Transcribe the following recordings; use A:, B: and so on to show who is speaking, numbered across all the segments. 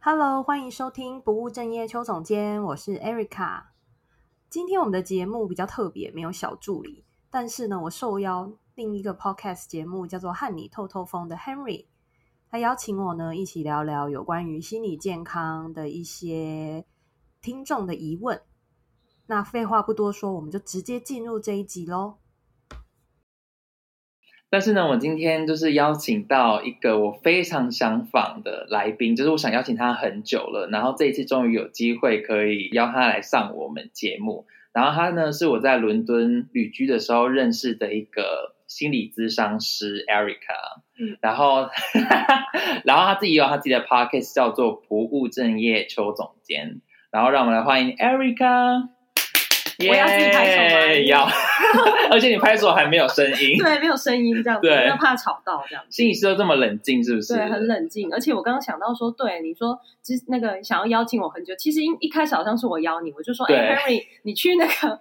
A: Hello，欢迎收听不务正业邱总监，我是 Erica。今天我们的节目比较特别，没有小助理，但是呢，我受邀另一个 podcast 节目叫做《和你透透风》的 Henry，他邀请我呢一起聊聊有关于心理健康的一些听众的疑问。那废话不多说，我们就直接进入这一集喽。
B: 但是呢，我今天就是邀请到一个我非常想访的来宾，就是我想邀请他很久了，然后这一次终于有机会可以邀他来上我们节目。然后他呢是我在伦敦旅居的时候认识的一个心理咨商师 Erica，
A: 嗯，
B: 然后 然后他自己也有他自己的 podcast 叫做不务正业邱总监，然后让我们来欢迎 Erica。
C: 我要自己拍手吗
B: 耶要， 而且你拍手还没有声 音。
C: 对，没有声音这样子，
B: 对
C: 因为怕吵到这样子。
B: 心理师都这么冷静，是不是？
C: 对，很冷静。而且我刚刚想到说，对你说，其实那个想要邀请我很久，其实一一开始好像是我邀你，我就说，哎、
B: 对
C: h e n r y 你去那个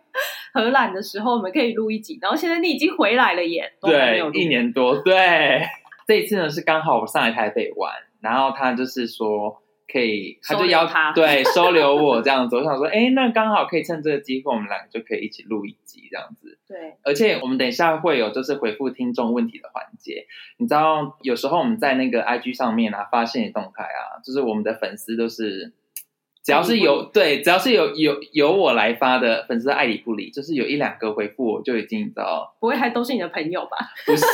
C: 荷兰的时候，我们可以录一集。然后现在你已经回来了耶，都还没有
B: 对，
C: 录
B: 一。年多。对， 这一次呢是刚好我上来台北玩，然后他就是说可以，他就
C: 收留
B: 邀
C: 他
B: 对收留我这样子。我想说，哎，那刚好可以趁这个机会，我们两个就可以一起录一集这样子。
C: 对，
B: 而且我们等一下会有就是回复听众问题的环节。你知道，有时候我们在那个 IG 上面啊，发现你动态啊，就是我们的粉丝都是。只要是有对，只要是有有有我来发的粉丝爱理不理，就是有一两个回复我就已经你知道
C: 不会还都是你的朋友吧？
B: 不是，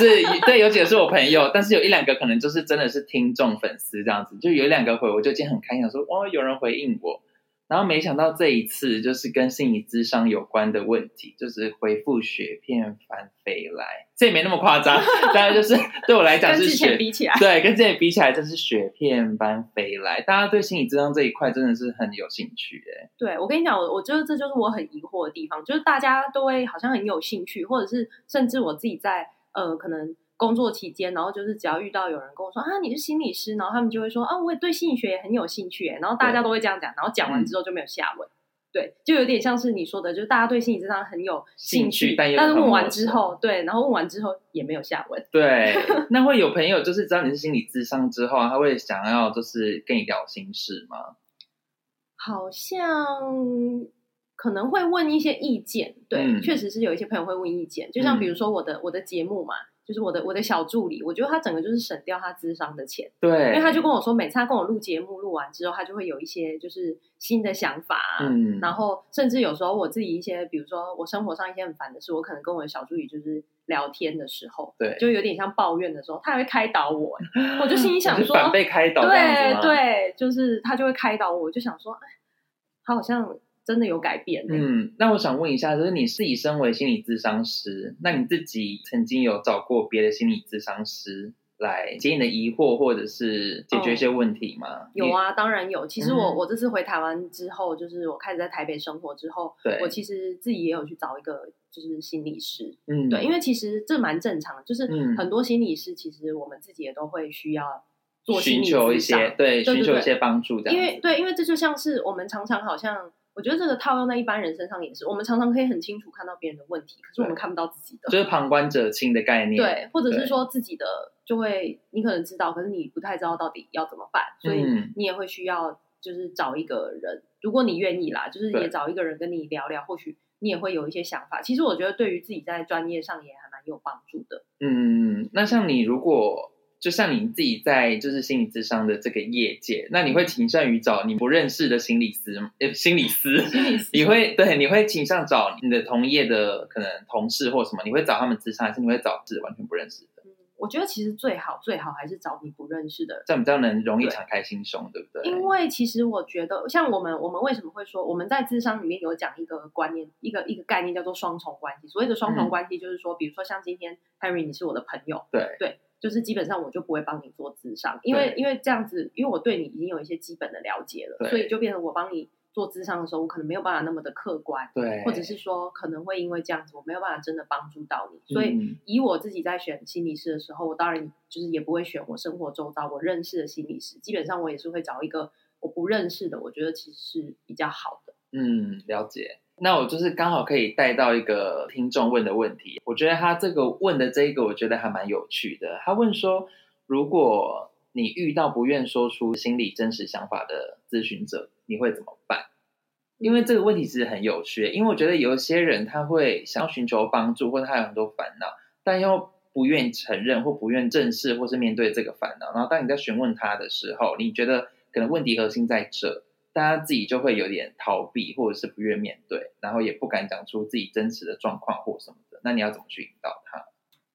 B: 对，有几个是我朋友，但是有一两个可能就是真的是听众粉丝这样子，就有一两个回我就已经很开心，想说哇，有人回应我。然后没想到这一次就是跟心理智商有关的问题，就是回复雪片翻飞来， 这也没那么夸张，当然就是对我来讲
C: 跟
B: 是
C: 之前
B: 雪
C: 比起来，
B: 对，跟之前比起来，真是雪片般飞来。大家对心理智商这一块真的是很有兴趣哎、
C: 对我跟你讲，我我觉得这就是我很疑惑的地方，就是大家都会好像很有兴趣，或者是甚至我自己在呃可能工作期间，然后就是只要遇到有人跟我说啊你是心理师，然后他们就会说啊我也对心理学也很有兴趣耶，然后大家
B: 对嗯
C: 都会这样讲，然后讲完之后就没有下文。对，就有点像是你说的，就是大家对心理智商很有兴
B: 兴趣
C: 趣，
B: 但又
C: 但是
B: 很
C: 问完
B: 陌
C: 之
B: 生
C: 后，对，然后问完之后也没有下文。
B: 对，那会有朋友就是知道你是心理智商之后啊，他会想要就是跟你聊心事吗？
C: 好像可能会问一些意见，对，
B: 嗯
C: 确实是有一些朋友会问意见，就像比如说我的、我的节目嘛，就是我的我的小助理，我觉得他整个就是省掉他智商的钱，
B: 对，
C: 因为他就跟我说，每次他跟我录节目录完之后，他就会有一些就是新的想法啊、
B: 嗯，
C: 然后甚至有时候我自己一些，比如说我生活上一些很烦的事，我可能跟我的小助理就是聊天的时候，
B: 对，
C: 就有点像抱怨的时候，他还会开导我， 我就心里想
B: 你是
C: 说
B: 反被开导这样子
C: 对
B: 吗，
C: 对，就是他就会开导我，我就想说，哎，他好像真的有改变。，欸
B: 嗯，那我想问一下，就是你自己身为心理咨商师，那你自己曾经有找过别的心理咨商师来解你的疑惑，或者是解决一些问题吗？
C: 哦有啊，当然有。其实我、
B: 嗯
C: 我这次回台湾之后，就是我开始在台北生活之后
B: 对，
C: 我其实自己也有去找一个就是心理师，
B: 你，嗯，
C: 对，因
B: 为
C: 为其实这蛮正常的，就是
B: 嗯
C: 很多心理师其实我们自己也都会需要做心
B: 寻
C: 理
B: 求
C: 咨
B: 一
C: 商
B: 些，对，
C: 对
B: 寻求一
C: 对
B: 些帮助，这样
C: 因
B: 子
C: 为对，因为这就像是我们常常好像，我觉得这个套用在一般人身上也是，我们常常可以很清楚看到别人的问题，可是我们
B: 对
C: 看不到自己的。
B: 就是旁观者清的概念，，
C: 对，或者
B: 对
C: 是说自己的就会，你可能知道，可是你不太知道到底要怎么办，所以
B: 嗯
C: 你也会需要就是找一个人，如果你愿意啦，就是
B: 对
C: 也找一个人跟你聊聊，或许你也会有一些想法。其实我觉得对于自己在专业上也还蛮有帮助的。
B: 嗯，那像你如果就像你自己在就是心理咨商的这个业界，那
C: 嗯
B: 你会倾向于找你不认识的心理师吗？呃，心理师，你会对你会倾向找你的同业的可能同事或什么？你会找他们咨商，还是你会找自己完全不认识的？
C: 嗯我觉得其实最好最好还是找你不认识的人。
B: 这样比较能容易
C: 对
B: 敞开心胸，对不对？
C: 因为其实我觉得，像我们我们为什么会说我们在智商里面有讲一个观念，一个一个概念叫做双重关系。所谓的
B: 嗯
C: 双重关系，就是说，比如说像今天 Henry 你是我的朋友，
B: 对
C: 对，就是基本上我就不会帮你做智商，因为因为这样子，因为我对你已经有一些基本的了解
B: 对
C: 了，所以就变成我帮你做智商的时候，我可能没有办法那么的客观，
B: 对，
C: 或者是说可能会因为这样子，我没有办法真的帮助到你，所以。
B: 嗯
C: 以我自己在选心理师的时候，我当然就是也不会选我生活周遭我认识的心理师，基本上我也是会找一个我不认识的，我觉得其实是比较好的。
B: 嗯，了解。那我就是刚好可以带到一个听众问的问题，我觉得他这个问的这一个，我觉得还蛮有趣的。他问说，如果你遇到不愿说出心里真实想法的咨询者，你会怎么办？因为这个问题其实很有趣，因为我觉得有一些人他会想要寻求帮助，或者他有很多烦恼，但又不愿意承认或不愿意正视或是面对这个烦恼。然后当你在询问他的时候，你觉得可能问题核心在这，大家自己就会有点逃避，或者是不愿面对，然后也不敢讲出自己真实的状况或什么的。那你要怎么去引导他？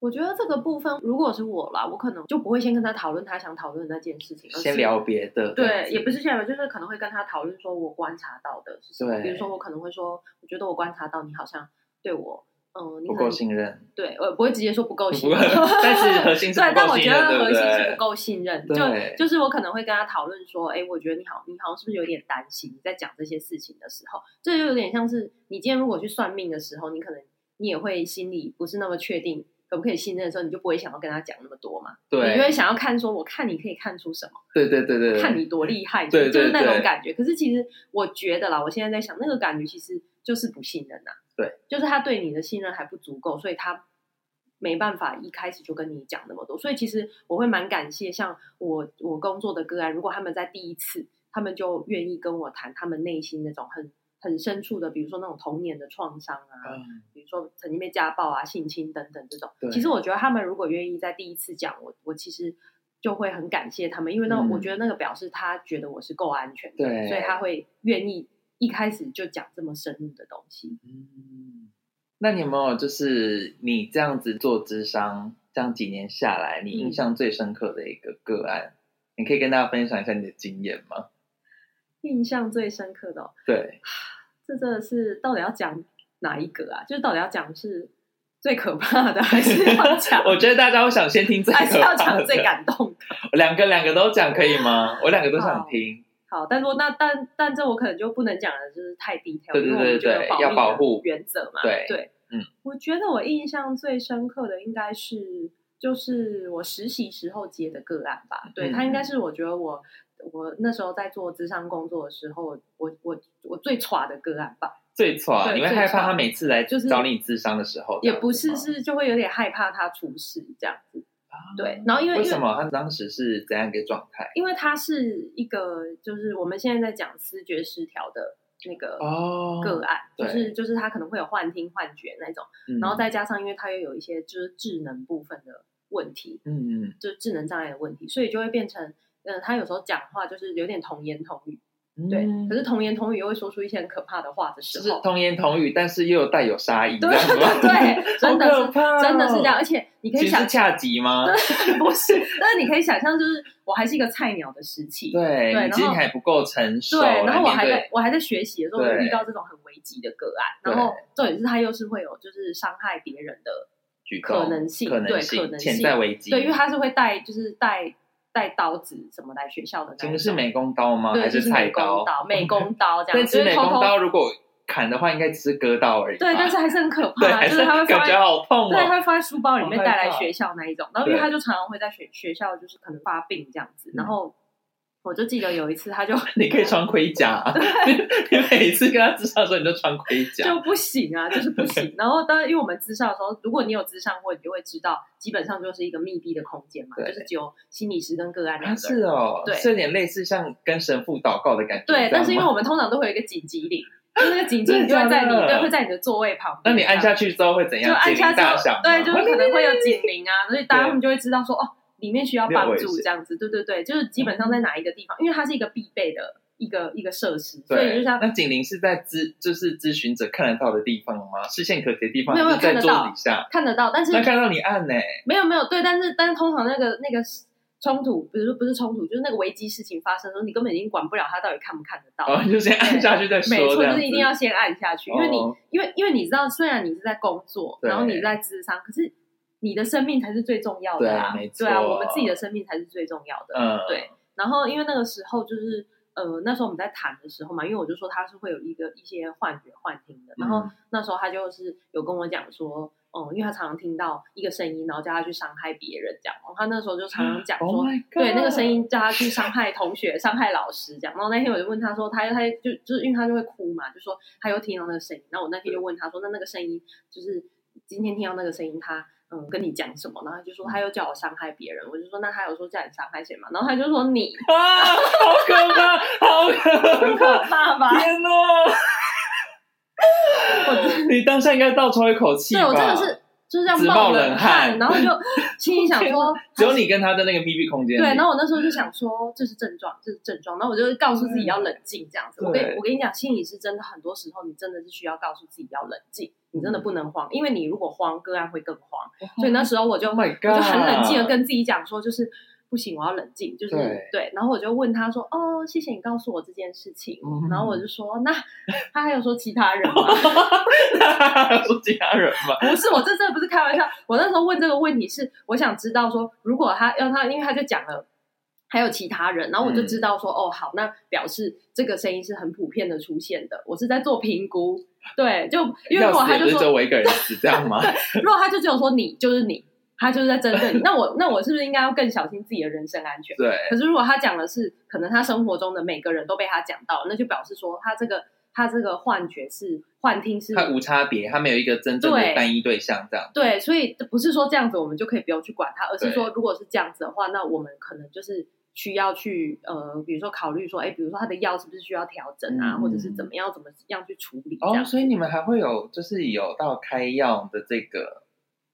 C: 我觉得这个部分，如果是我啦，我可能就不会先跟他讨论他想讨论的那件事情，而是
B: 先聊别的，这样
C: 对，
B: 子
C: 也不是现在，就是可能会跟他讨论说我观察到的是什么。
B: 对
C: 比如说，我可能会说，我觉得我观察到你好像对我，嗯，你
B: 不
C: 可能
B: 够信任，
C: 对，我不会直接说 不够信
B: 不
C: 任
B: 够，但是核心是
C: 对，
B: 不
C: 但
B: 够
C: 我
B: 信
C: 觉
B: 任，
C: 得
B: 对
C: 核
B: 不
C: 心是不
B: 对？
C: 够信任，就
B: 对
C: 就是我可能会跟他讨论说，哎，我觉得你好，你好像是不是有点担心？你在讲这些事情的时候，这就有点像是你今天如果去算命的时候，你可能你也会心里不是那么确定可不可以信任的时候，你就不会想要跟他讲那么多嘛，你就会
B: 对
C: 想要看说，我看你可以看出什么。
B: 对对对对，
C: 看你多厉害，
B: 对对
C: 就是那种
B: 对
C: 感觉。可是其实我觉得啦，我现在在想，那个感觉其实就是不信任呐、啊
B: 对，
C: 就是他对你的信任还不足够，所以他没办法一开始就跟你讲那么多。所以其实我会蛮感谢，像我我工作的个啊案，如果他们在第一次，他们就愿意跟我谈他们内心那种很很深处的，比如说那种童年的创伤啊，
B: 嗯
C: 比如说曾经被家暴啊、性侵等等这种
B: 对。
C: 其实我觉得他们如果愿意在第一次讲，我我其实就会很感谢他们，因为那、
B: 嗯
C: 我觉得那个表示他觉得我是够安全的，
B: 对
C: 所以他会愿意一开始就讲这么深入的东西。
B: 嗯，那你有没有就是你这样子做智商，这样几年下来，你
C: 嗯
B: 印象最深刻的一个个案？你可以跟大家分享一下你的经验吗？
C: 印象最深刻的、哦，
B: 对，
C: 这真的是到底要讲哪一个啊？就是到底要讲是最可怕的，还是 要讲？
B: 我觉得大家会想先听最
C: 还是
B: 可
C: 要
B: 怕
C: 讲
B: 的，
C: 最感动的。
B: 两个两个都讲可以 吗？我两个都想
C: 好
B: 听，
C: 好，但是我那但但这我可能就不能讲的，就是太低调，
B: 对对
C: 因为我
B: 对
C: 们就
B: 对
C: 有
B: 要保
C: 保
B: 护
C: 护原则嘛。
B: 对
C: 对，
B: 嗯，
C: 我觉得我印象最深刻的应该是就是我实习时候接的个案吧。对，
B: 嗯
C: 他应该是我觉得我我那时候在做职商工作的时候，我我我最歘的个案吧。
B: 最错，
C: 对
B: 你会
C: 最
B: 害怕
C: 错
B: 他每次来
C: 就是
B: 找你智商的时候，
C: 也不
B: 这样
C: 是
B: 子吗
C: 是就会有点害怕他出事这样子。对，然后因为
B: 啊为
C: 因为
B: 什么他当时是怎样一个状态？
C: 因为他是一个，就是我们现在在讲思觉失调的那个
B: 哦
C: 个案，
B: 对
C: 就是就是他可能会有幻听、幻觉那种，
B: 嗯
C: 然后再加上因为他又有一些就是智能部分的问题，
B: 嗯嗯
C: 就是智能障碍的问题，所以就会变成，嗯、他有时候讲话就是有点童言童语，
B: 嗯
C: 对，可
B: 是
C: 是童言童语又会说出一些很可怕的话的时
B: 就是
C: 候，
B: 童言童语，但是又有带有杀意，
C: 对
B: 这样子吗
C: 对，真的
B: 好可
C: 是、
B: 怕哦
C: 真的是这样，而且你 可
B: 其
C: 以
B: 实
C: 想
B: 是恰吉吗？
C: 不是，但是你可以想象，就是我还是一个菜鸟的时期，
B: 对，
C: 对
B: 你其实
C: 然后
B: 你还不够成熟，
C: 对，然后我还
B: 来
C: 在
B: 面
C: 我还在学习的时候，我
B: 对
C: 遇到这种很危急的个案，
B: 对
C: 然后重点是他又是会有就是伤害别人的，
B: 对举动
C: 可能性
B: 可能
C: 对可能性
B: 潜在危机，
C: 对，因为他是会带就是带带刀子什么来学校的那一
B: 请
C: 种，
B: 问是美工刀吗？
C: 对，
B: 还
C: 就是
B: 菜
C: 美工 刀，美工刀这样，
B: 但
C: 就是是
B: 美
C: 偷偷
B: 工刀如果砍的话，应该只是割到而已吧。
C: 对，但是还是很可
B: 对，
C: 怕，
B: 还
C: 就是他会
B: 感
C: 放
B: 觉
C: 在。
B: 好痛
C: 对，他
B: 哦。
C: 会放在书包里面
B: 好害
C: 带来
B: 怕
C: 学校那一种，然后因为
B: 对嗯
C: 他就常常会在学学校就是可能发病这样子，然后我就记得有一次 他就
B: 你可以穿盔甲啊， 你每次跟他智商的时候，你就穿盔甲。
C: 就不行啊，就是不行。然后当然，因为我们咨商的时候，如果你有咨商过，你就会知道，基本上就是一个密闭的空间嘛，
B: 对
C: 就是只有心理师跟个案
B: 啊，
C: 两个
B: 是
C: 人。
B: 哦，
C: 对
B: 是有点类似像跟神父祷告的感觉。
C: 对，但是因为
B: 我
C: 我们通常都会有一个紧急铃，就是那个紧急铃就会在你
B: 真的假的
C: 对会在你的座位旁
B: 那
C: 边。
B: 你按下去之后会怎
C: 就
B: 样？
C: 按
B: 警
C: 下
B: 铃大
C: 之
B: 响
C: 后
B: 吗，
C: 对，就是 可能会有警铃啊，所以大家
B: 对
C: 他们就会知道说哦，里面需要帮
B: 没有危
C: 助
B: 险嗯
C: 这样子。对对对，就是基本上在哪一个地方，因为它是一个必备的一个一个设施，所以
B: 对，
C: 就像
B: 那警铃是在咨就是咨询者看得到的地方吗？视线可及的地方，
C: 没有
B: 还
C: 没
B: 是在
C: 有看
B: 桌
C: 得
B: 子
C: 到
B: 底下？
C: 看得到，但是
B: 那看到你按呢、
C: 没有没有，对，但是但是通常那个那个冲突，比如说不是冲突，就是那个危机事情发生的时候，你根本已经管不了他到底看不看得到。
B: 然后就先按下去再哦说，
C: 没错，
B: 这
C: 就
B: 样
C: 是
B: 子
C: 一定要先按下去，因为你、
B: 哦
C: 因为因为你知道，虽然你是在工作，
B: 对
C: 然后你在智商，可是你的生命才是最重要的啊
B: 对没，错
C: 对啊，我们自己的生命才是最重要的。
B: 嗯，
C: 对然后因为那个时候就是呃，那时候我们在谈的时候嘛，因为我就说他是会有一个一些幻觉、幻听的，然后
B: 嗯
C: 那时候他就是有跟我讲说，嗯，因为他常常听到一个声音，然后叫他去伤害别人，这样。然后他那时候就常常讲说
B: Oh my God
C: 对那个声音叫他去伤害同 学、伤害老师这样。然后那天我就问他说，他他就就是因为他就会哭嘛，就说他又听到那个声音。然后我那天就问他说，那那个声音就是今天听到那个声音，他嗯、嗯跟你讲什么，然后他就说他又叫我伤害别人，我就说那他有说叫你伤害谁吗？然后他就说你
B: 啊，好可怕，好可
C: 很可怕吧
B: 怕！？天哪！ 你当下应该倒抽一口气吧？
C: 对我真的是就是这样
B: 直冒
C: 冒
B: 冷汗
C: 汗，然后就心里想说，
B: 只有你跟他在那个密闭空间里。
C: 对， 然后我那时候就想说这是症状，这是症状，然后我就告诉自己要冷静这样子。
B: 嗯对
C: 我跟你我跟你讲，心理是真的，很多时候你真的是需要告诉自己要冷静，你真的不能慌，因为你如果慌，个案会更慌。所以那时候我就
B: 哦 Oh my
C: 我就很冷静的
B: God
C: 跟自己讲说，就是。不行，我要冷静，就是
B: 对
C: 然后我就问他说：“哦，谢谢你告诉我这件事情。
B: 嗯
C: 然后我就说：“那他还有说其他人吗？”
B: 说其他人吧，
C: 不是，我这真的不是开玩笑。我那时候问这个问题是，我想知道说，如果他要他，因为他就讲了。还有其他人，然后我就
B: 嗯
C: 知道说，哦，好，那表示这个声音是很普遍的出现的。我是在做评估，对，就因为
B: 要
C: 如果
B: 死
C: 他
B: 也
C: 就
B: 不是只有
C: 说，
B: 我一个人死，这 样吗？
C: 如果他就只有说你就是你，他就是在针对你，那我那我是不是应该要更小心自己的人身安全？
B: 对，
C: 可是如果他讲的是，可能他生活中的每个人都被他讲到，那就表示说他这个他这个幻觉是幻听是
B: 他无差别，他没有一个真正的
C: 对
B: 单一对象，这样。
C: 对，所以不是说这样子我们就可以不用去管它，而是说如果是这样子的话，那我们可能就是需要去呃，比如说考虑说，哎，比如说它的药是不是需要调整啊，
B: 嗯
C: 或者是怎么样怎么样去处 理这样。
B: 哦，所以你们还会有就是有到开药的这个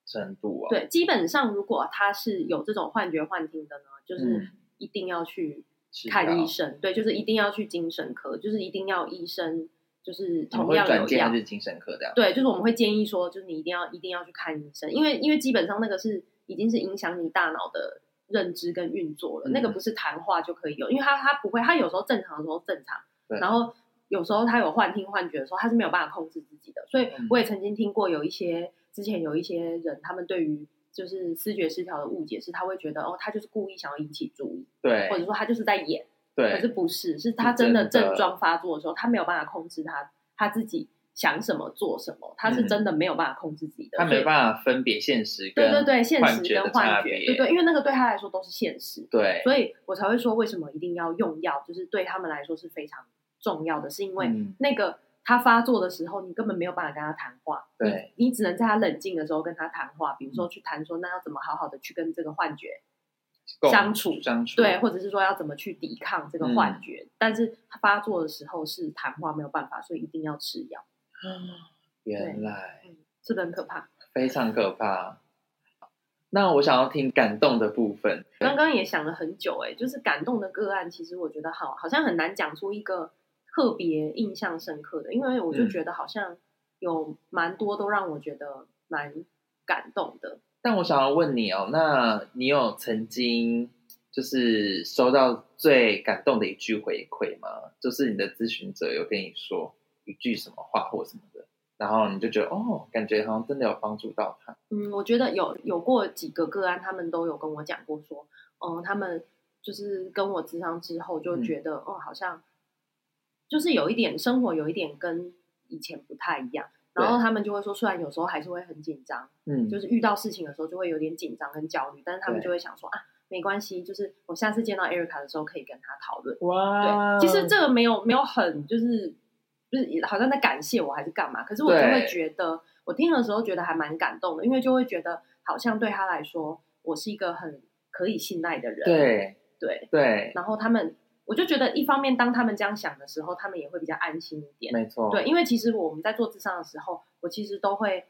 B: 程度哦。，
C: 对，基本上如果他是有这种幻觉幻听的呢，就是
B: 嗯
C: 一定要去
B: 是
C: 看
B: 药
C: 医生，对，就是一定要去精神科，就是一定要医生就是
B: 你们
C: 同
B: 哦会
C: 样
B: 转
C: 有
B: 介
C: 药
B: 还是精神科这样？
C: 对，就是我们会建议说，就是你一定要一定要去看医生，因为因为基本上那个是已经是影响你大脑的认知跟运作了，那个
B: 嗯
C: 不是谈话就可以有，因为他他不会，他有时候正常的时候正常
B: 对，
C: 然后有时候他有幻听幻觉的时候，他是没有办法控制自己的，所以
B: 嗯
C: 我也曾经听过有一些之前有一些人，他们对于就是视觉失调的误解是，他会觉得哦，他就是故意想要引起注意，或
B: 对
C: 者说他就是在演。可是
B: 对，
C: 不是，是他真的症状发作的时候，他没有办法控制他他自己想什么做什么，他是真的没有办法控制自己
B: 嗯
C: 的，
B: 他没
C: 法。
B: 办法分别现实
C: 对
B: 跟
C: 对对，现
B: 幻
C: 实
B: 觉
C: 跟
B: 的
C: 幻
B: 差
C: 觉，
B: 别。
C: 对对，因为那个对他来说都是现实，
B: 对，
C: 所以我才会说为什么一定要用药，就是对他们来说是非常重要的，是因为
B: 嗯
C: 那个他发作的时候，你根本没有办法跟他谈话，
B: 对嗯
C: 你，你只能在他冷静的时候跟他谈话，比如说去谈说那要怎么好好的去跟这个幻觉
B: 共
C: 相处
B: 相处
C: 对，或者是说要怎么去抵抗这个幻觉，但是它发作的时候是谈话没有办法，所以一定要吃药，
B: 原来
C: 是不是很可怕？
B: 非常可怕。那我想要听感动的部分，
C: 刚刚也想了很久、哎，就是感动的个案，其实我觉得好好像很难讲出一个特别印象深刻的，因为我就
B: 嗯
C: 觉得好像有蛮多都让我觉得蛮感动的。
B: 但我想要问你哦，那你有曾经就是收到最感动的一句回馈吗？就是你的咨询者有跟你说一句什么话或什么的，然后你就觉得哦，感觉好像真的有帮助到他。
C: 嗯，我觉得有有过几个个案，他们都有跟我讲过说，嗯，他们就是跟我咨商之后就
B: 嗯
C: 觉得，哦、好像就是有一点生活有一点跟以前不太一样。然后
B: 对
C: 他们就会说，虽然有时候还是会很紧张，
B: 嗯，
C: 就是是遇到事情的时候就会有点紧张跟焦虑，但是他们
B: 对
C: 就会想说啊，没关系，就是我下次见到 Erica 的时候可以跟他讨论。
B: 哇，哦
C: 对，
B: 嗯
C: 其实这个没有没有很就是就是好像在感谢我还是干嘛，可是我就
B: 对
C: 会觉得我听的时候觉得还蛮感动的，因为就会觉得好像对他来说，我是一个很可以信赖的人，
B: 对
C: 对
B: 对，
C: 然后他们，我就觉得一方面当他们这样想的时候，他们也会比较安心一点，
B: 没错，
C: 对，因为其实我们在做智商的时候，我其实都会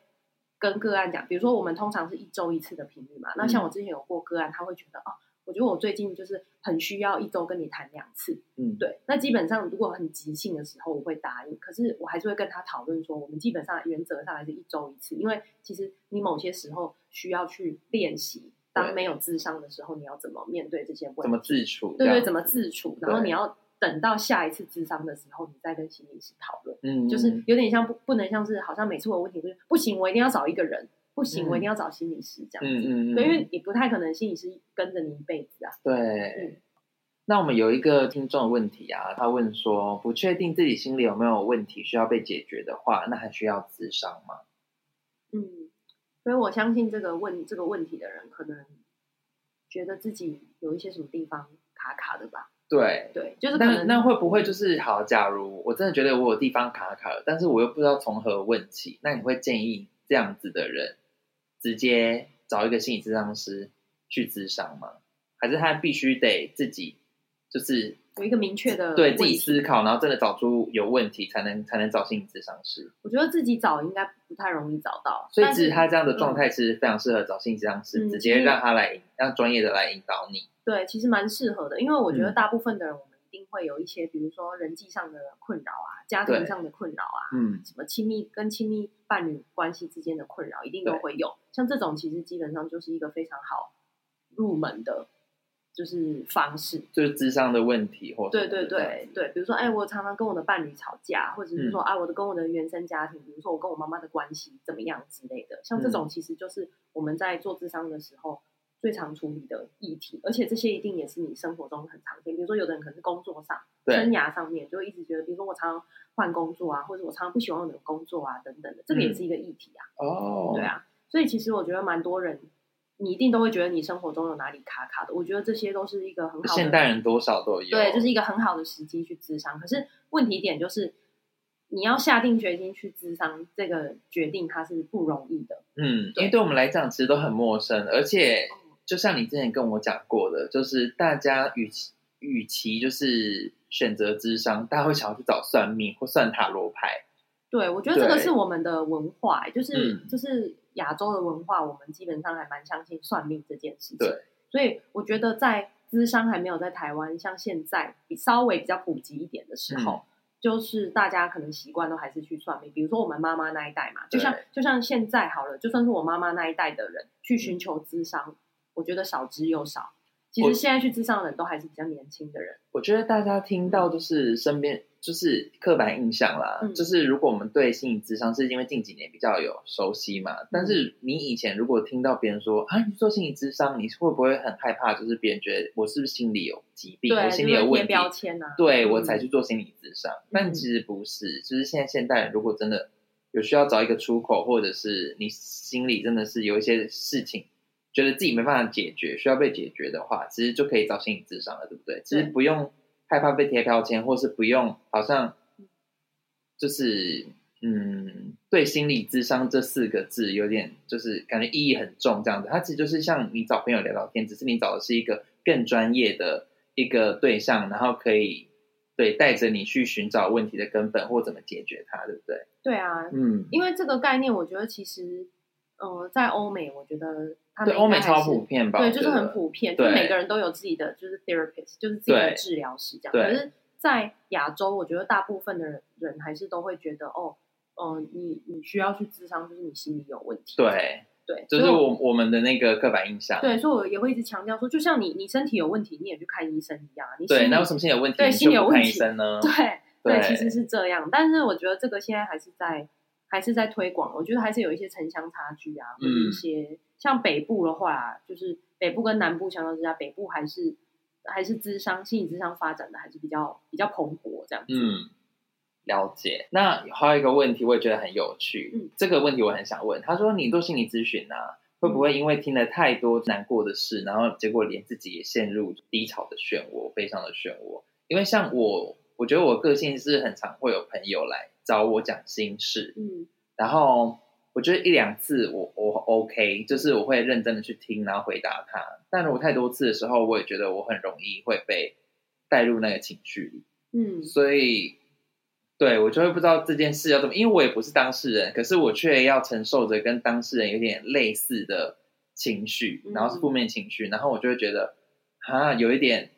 C: 跟个案讲，比如说我们通常是一周一次的频率嘛，那像
B: 嗯
C: 我之前有过个案，他会觉得哦，我觉得我最近就是很需要一周跟你谈两次。
B: 嗯，
C: 对，那基本上如果很急性的时候，我会答应，可是我还是会跟他讨论说，我们基本上原则上还是一周一次，因为其实你某些时候需要去练习，当
B: 对
C: 没有智商的时候，你要怎么面对这些问题，
B: 怎么自处？
C: 对
B: 这
C: 对，
B: 样
C: 怎么自处，然后
B: 对
C: 你要等到下一次智商的时候，你再跟心理师讨论，
B: 嗯，
C: 就是有点像不不能像是好像每次我有问题就是不行，我一定要找一个人，不行，我一
B: 嗯
C: 定要找心理师这样
B: 嗯
C: 子，
B: 嗯嗯，
C: 对，因为你不太可能心理师跟着你一辈子啊，
B: 对
C: 嗯。
B: 那我们有一个听众的问题啊，他问说，不确定自己心里有没有问题需要被解决的话，那还需要咨商吗？
C: 嗯，所以我相信这个问这个问题的人，可能觉得自己有一些什么地方卡卡的吧？
B: 对，
C: 对，就是可
B: 那
C: 能
B: 那会不会就是好？假如我真的觉得我有地方卡卡了，但是我又不知道从何问起，那你会建议这样子的人直接找一个心理咨商师去咨商吗？还是他必须得自己就是
C: 有一个明确的
B: 对自
C: 问
B: 己
C: 题
B: 思考，然后真的找出有问题才能才能找心理咨商师？
C: 我觉得自己找应该不太容易找到，
B: 所以
C: 但
B: 其实
C: 是
B: 他这样的状态其实非常适合找心理咨商师，
C: 嗯
B: 直
C: 其
B: 接
C: 实
B: 让他来让专业的来引导你。
C: 对，其实蛮适合的，因为我觉得
B: 嗯
C: 大部分的人，我们一定会有一些，比如说人际上的困扰啊，家
B: 对
C: 庭上的困扰啊，
B: 嗯，
C: 什么亲密跟亲密伴侣关系之间的困扰，一定都
B: 对
C: 会有。像这种，其实基本上就是一个非常好入门的，就是方式。
B: 就是智商的问题或什么
C: 对
B: 的
C: 对
B: 这样
C: 对
B: 子
C: 对，比如说，哎，我常常跟我的伴侣吵架，或者是说，
B: 嗯
C: 啊，我的跟我的原生家庭，比如说我跟我妈妈的关系怎么样之类的，像这
B: 嗯
C: 种其实就是我们在做智商的时候最常处理的议题，而且这些一定也是你生活中很常见，比如说有的人可能是工作上、
B: 对
C: 生涯上面就会一直觉得，比如说我常常换工作啊，或者我常常不喜欢我的工作啊等等的，这个也
B: 嗯
C: 是一个议题啊，
B: 哦，
C: 对啊，所以其实我觉得蛮多人。你一定都会觉得你生活中有哪里卡卡的，我觉得这些都是一个很好的
B: 现代人多少都有，
C: 对，就是一个很好的时机去咨商。可是问题点就是，你要下定决心去咨商，这个决定它是不容易的。
B: 嗯，因
C: 对嗯
B: 为对我们来讲其实都很陌生，而且就像你之前跟我讲过的，就是大家与其与其就是选择智商，大家会想要去找算命或算塔罗牌，
C: 对，我觉得这个
B: 对
C: 是我们的文化，欸就是、
B: 嗯
C: 就是亚洲的文化，我们基本上还蛮相信算命这件事情。
B: 对，
C: 所以我觉得在咨商还没有在台湾像现在比稍微比较普及一点的时
B: 嗯
C: 候。就是大家可能习惯都还是去算命，比如说我们妈妈那一代嘛，就像
B: 对
C: 就像现在好了，就算是我妈妈那一代的人去寻求咨商，我觉得少之又少。其
B: 我
C: 实现在去咨商的人都还是比较年轻的人，
B: 我觉得大家听到就是身边就是刻板印象啦，
C: 嗯
B: 就是如果我们对心理智商是因为近几年比较有熟悉嘛，但是你以前如果听到别人说啊你做心理智商，你会不会很害怕？就是别人觉得我是不是心理有疾病，我
C: 对，
B: 心
C: 就
B: 理
C: 是
B: 有
C: 贴
B: 问题，
C: 标签啊，
B: 对
C: 嗯
B: 我才去做心理咨商。但其实不是，就是现在现代人如果真的有需要找一个出口，或者是你心里真的是有一些事情觉得自己没办法解决，需要被解决的话，其实就可以找心理咨商了，对不对？其实不用害怕被贴标签，或是不用好像就是。嗯，对心理智商这四个字有点就是感觉意义很重，这样子。它其实就是像你找朋友聊聊天，只是你找的是一个更专业的一个对象，然后可以对带着你去寻找问题的根本或怎么解决它，对不对？
C: 对啊，
B: 嗯，
C: 因为这个概念，我觉得其实，呃，在欧美，我觉得他
B: 对，
C: 们
B: 欧美
C: 应该还
B: 超
C: 是
B: 普，遍吧？
C: 对，
B: 我
C: 就
B: 觉
C: 是
B: 得
C: 很普遍，就是
B: 对
C: 每个人都有自己的就是 therapist，就是自己的
B: 对
C: 治疗师这样。
B: 对
C: 可是，在亚洲，我觉得大部分的人人还是都会觉得，哦，嗯、你你需要去咨商，就是你心里有问题。
B: 对，
C: 对，
B: 就
C: 所
B: 是
C: 以
B: 我我们的那个刻板印象。
C: 对，所以我也会一直强调说，就像你你身体有问题，你也去看医生一样啊，你
B: 对，
C: 心
B: 那
C: 里
B: 为什么心理有问题？
C: 对
B: 你
C: 心理
B: 就
C: 有
B: 不看
C: 问
B: 医
C: 题
B: 生呢？
C: 对对，
B: 对
C: 其实是这样。但是我觉得这个现在还是在还是在推广，我觉得还是有一些城乡差距啊，或者一些、像北部的话，就是北部跟南部相较之下，北部还是还是智商心理智商发展的还是比较比较蓬勃这样子。
B: 嗯，了解。那还有一个问题，我也觉得很有趣。
C: 嗯
B: 这个问题我很想问。他说，你做心理咨询啊，会不
C: 嗯
B: 会因为听了太多难过的事，然后结果连自己也陷入低潮的漩涡，悲伤的漩涡？因为像我，我觉得我个性是很常会有朋友来找我讲心事，
C: 嗯
B: 然后我觉得一两次我我 OK，就是我会认真的去听，然后回答他。但如果太多次的时候，我也觉得我很容易会被带入那个情绪里。
C: 嗯，
B: 所以对我就会不知道这件事要怎么，因为我也不是当事人，可是我却要承受着跟当事人有点类似的情绪，
C: 嗯
B: 然后是负面情绪，然后我就会觉得啊，有一点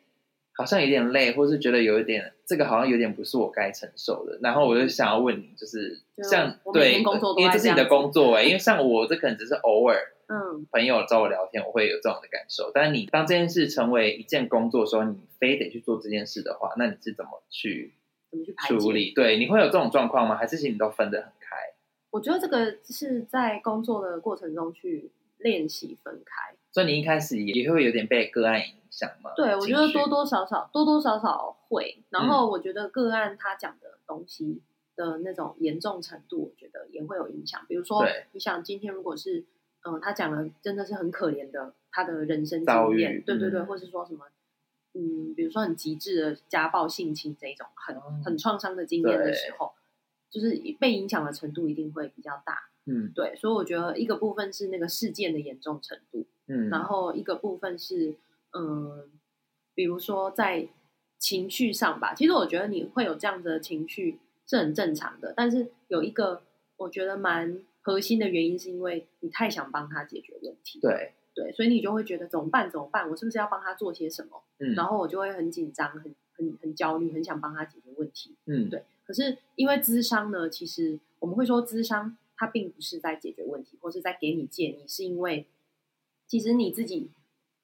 B: 好像有点累，或是觉得有一点这个好像有点不是我该承受的，然后我就想要问你，就是
C: 就
B: 像
C: 我每
B: 对，
C: 天工作都
B: 因为
C: 在
B: 这是
C: 这
B: 你的
C: 样子
B: 工作哎、因为像我这可能只是偶尔。
C: 嗯
B: 朋友找我聊天，我会有这种的感受。但是你当这件事成为一件工作的时候，你非得去做这件事的话，那你是怎么去
C: 怎么去排
B: 处
C: 解？
B: 理？对，你会有这种状况吗？还是其实你都分得很开？
C: 我觉得这个是在工作的过程中去练习分开。
B: 所以你一开始也会有点被个案影响吗？
C: 对，我觉得
B: 情绪
C: 多多少少多多少少会，
B: 嗯
C: 然后我觉得个案他讲的东西的那种严重程度，我觉得也会有影响。比如说
B: 对，
C: 你想今天如果是嗯、呃他讲的真的是很可怜的他的人生
B: 遭
C: 经
B: 遇
C: 验，对对对，
B: 嗯
C: 或是说什么嗯，比如说很极致的家暴、性侵这一种很
B: 哦
C: 很创伤的经验的
B: 对
C: 时候，就是被影响的程度一定会比较大。
B: 嗯
C: 对，所以我觉得一个部分是那个事件的严重程度，
B: 嗯，
C: 然后一个部分是，嗯，比如说在情绪上吧，其实我觉得你会有这样子的情绪是很正常的，但是有一个我觉得蛮核心的原因，是因为你太想帮他解决问题，
B: 对，
C: 对，所以你就会觉得怎么办怎么办，我是不是要帮他做些什么？
B: 嗯，
C: 然后我就会很紧张，很很很焦虑，很想帮他解决问题。
B: 嗯
C: 对可是因为咨商呢，其实我们会说咨商它并不是在解决问题，或是在给你建议，是因为其实你自己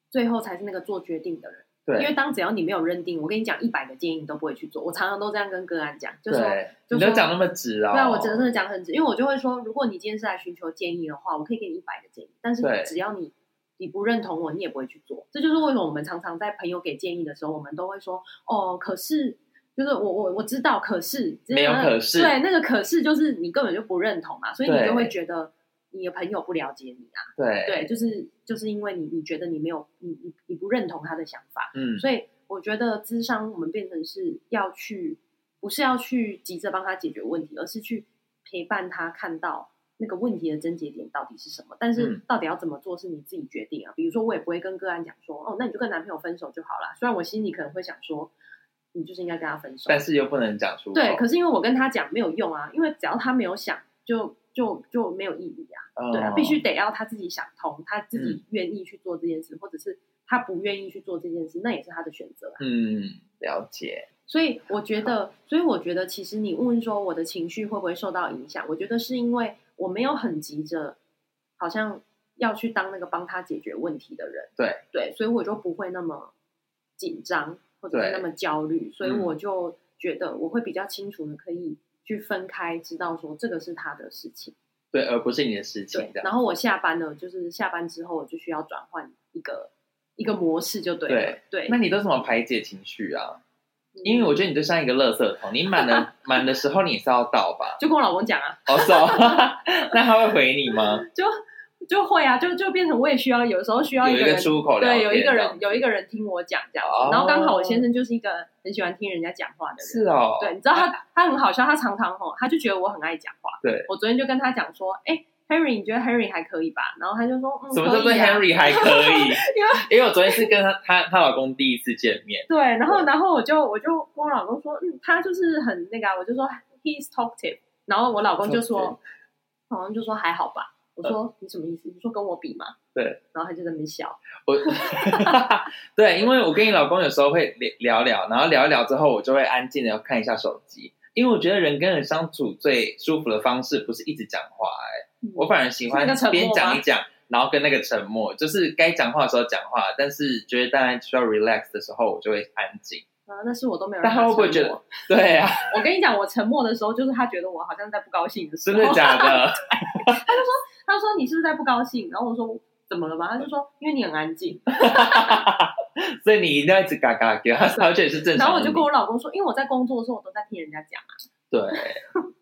C: 最后才是那个做决定的人。因为
B: 对
C: 当只要你没有认定，我跟你讲一百个建议你都不会去做。我常常都这样跟个案讲，就说
B: 对，
C: 就
B: 你都
C: 说
B: 讲那么直啊，
C: 对啊，我真的讲很直，因为我就会说，如果你今天是来寻求建议的话，我可以给你一百个建议，但是
B: 对
C: 只要你你不认同我，你也不会去做。这就是为什么我们常常在朋友给建议的时候，我们都会说，哦，可是就是我我我知道，可是就是
B: 没有
C: 那个
B: 可是
C: 对那个可是就是你根本就不认同嘛，所以你
B: 对
C: 就会觉得你的朋友不了解你啊，
B: 对
C: 对，，就是就是因为你你觉得你没有你你你不认同他的想法，
B: 嗯，
C: 所以我觉得智商我们变成是要去，不是要去急着帮他解决问题，而是去陪伴他看到那个问题的症结点到底是什么。但
B: 嗯
C: 是到底要怎么做是你自己决定啊。比如说，我也不会跟个案讲说，哦，那你就跟男朋友分手就好啦。虽然我心里可能会想说，你就是应该跟他分手，
B: 但是又不能讲出口，
C: 对，可是因为我跟他讲没有用啊，因为只要他没有想，就就就没有意义啊。
B: 哦
C: 对啊，必须得要他自己想通，他自
B: 嗯
C: 己愿意去做这件事，或者是他不愿意去做这件事，那也是他的选择啊。
B: 嗯，了解，
C: 所以我觉得，所以我觉得，其实你问说我的情绪会不会受到影响，我觉得是因为我没有很急着，好像要去当那个帮他解决问题的人，
B: 对
C: 对，所以我就不会那么紧张或者
B: 对
C: 是那么焦虑，所以
B: 嗯
C: 我就觉得我会比较清楚的可以去分开，知道说这个是他的事情。
B: 对，而不是你的事情
C: 对，
B: 这样，
C: 然后我下班了，就是下班之后我就需要转换一个一个模式就对了。对，
B: 那你都怎么排解情绪啊？
C: 嗯
B: 因为我觉得你就像一个垃圾桶，你满 了满的时候你是要倒吧？
C: 就跟我老公讲啊，
B: 哦，是哦， 那他会回你吗？
C: 就就会啊，就就变成我也需要有时候需要
B: 有
C: 个
B: 个
C: 人。
B: 出口聊
C: 对，
B: 天，
C: 有一个
B: 这
C: 人
B: 样
C: 有一个人听我讲这样子，
B: 哦
C: 然后刚好我先生就是一个很喜欢听人家讲话的人，
B: 是哦，
C: 对，你知道他他很好笑，他常常吼，他就觉得我很爱讲话。
B: 对，
C: 我昨天就跟他讲说，哎、h a r r y 你觉得 Harry 还可以吧？然后他就说，嗯，
B: 什么叫做
C: 可以啊
B: Henry 还可 以？因为我昨天是跟她她她老公第一次见面，
C: 对，然后然后我就我就跟我老公说，嗯，他就是很那个、啊，我就说 he's talkative，然后我老公就说，我老公就说还好吧。我说、你什么意思？你说跟我比嘛？
B: 对，
C: 然后他就在那边笑。
B: 我 对，因为我跟你老公有时候会聊聊，然后聊一聊之后，我就会安静的看一下手机，因为我觉得人跟人相处最舒服的方式不是一直讲话、哎，我反而喜欢
C: 嗯是那个沉默吗
B: 边讲一讲，然后跟那个沉默，就是该讲话的时候讲话，但是觉得当然需要 relax 的时候，我就会安静。
C: 啊，那是我都没有让
B: 但他会不会
C: 沉
B: 觉
C: 默
B: 得？对啊，
C: 我跟你讲，我沉默的时候，就是他觉得我好像在不高兴的时
B: 真
C: 候。
B: 的假 的？
C: 他说你是不是在不高兴？然后我说怎么了嘛？他就说因为你很安静。
B: 所以你一定要一直嘎嘎给他，而且是正常的你。
C: 然后我就跟我老公说，因为我在工作的时候，我都在听人家讲。
B: 对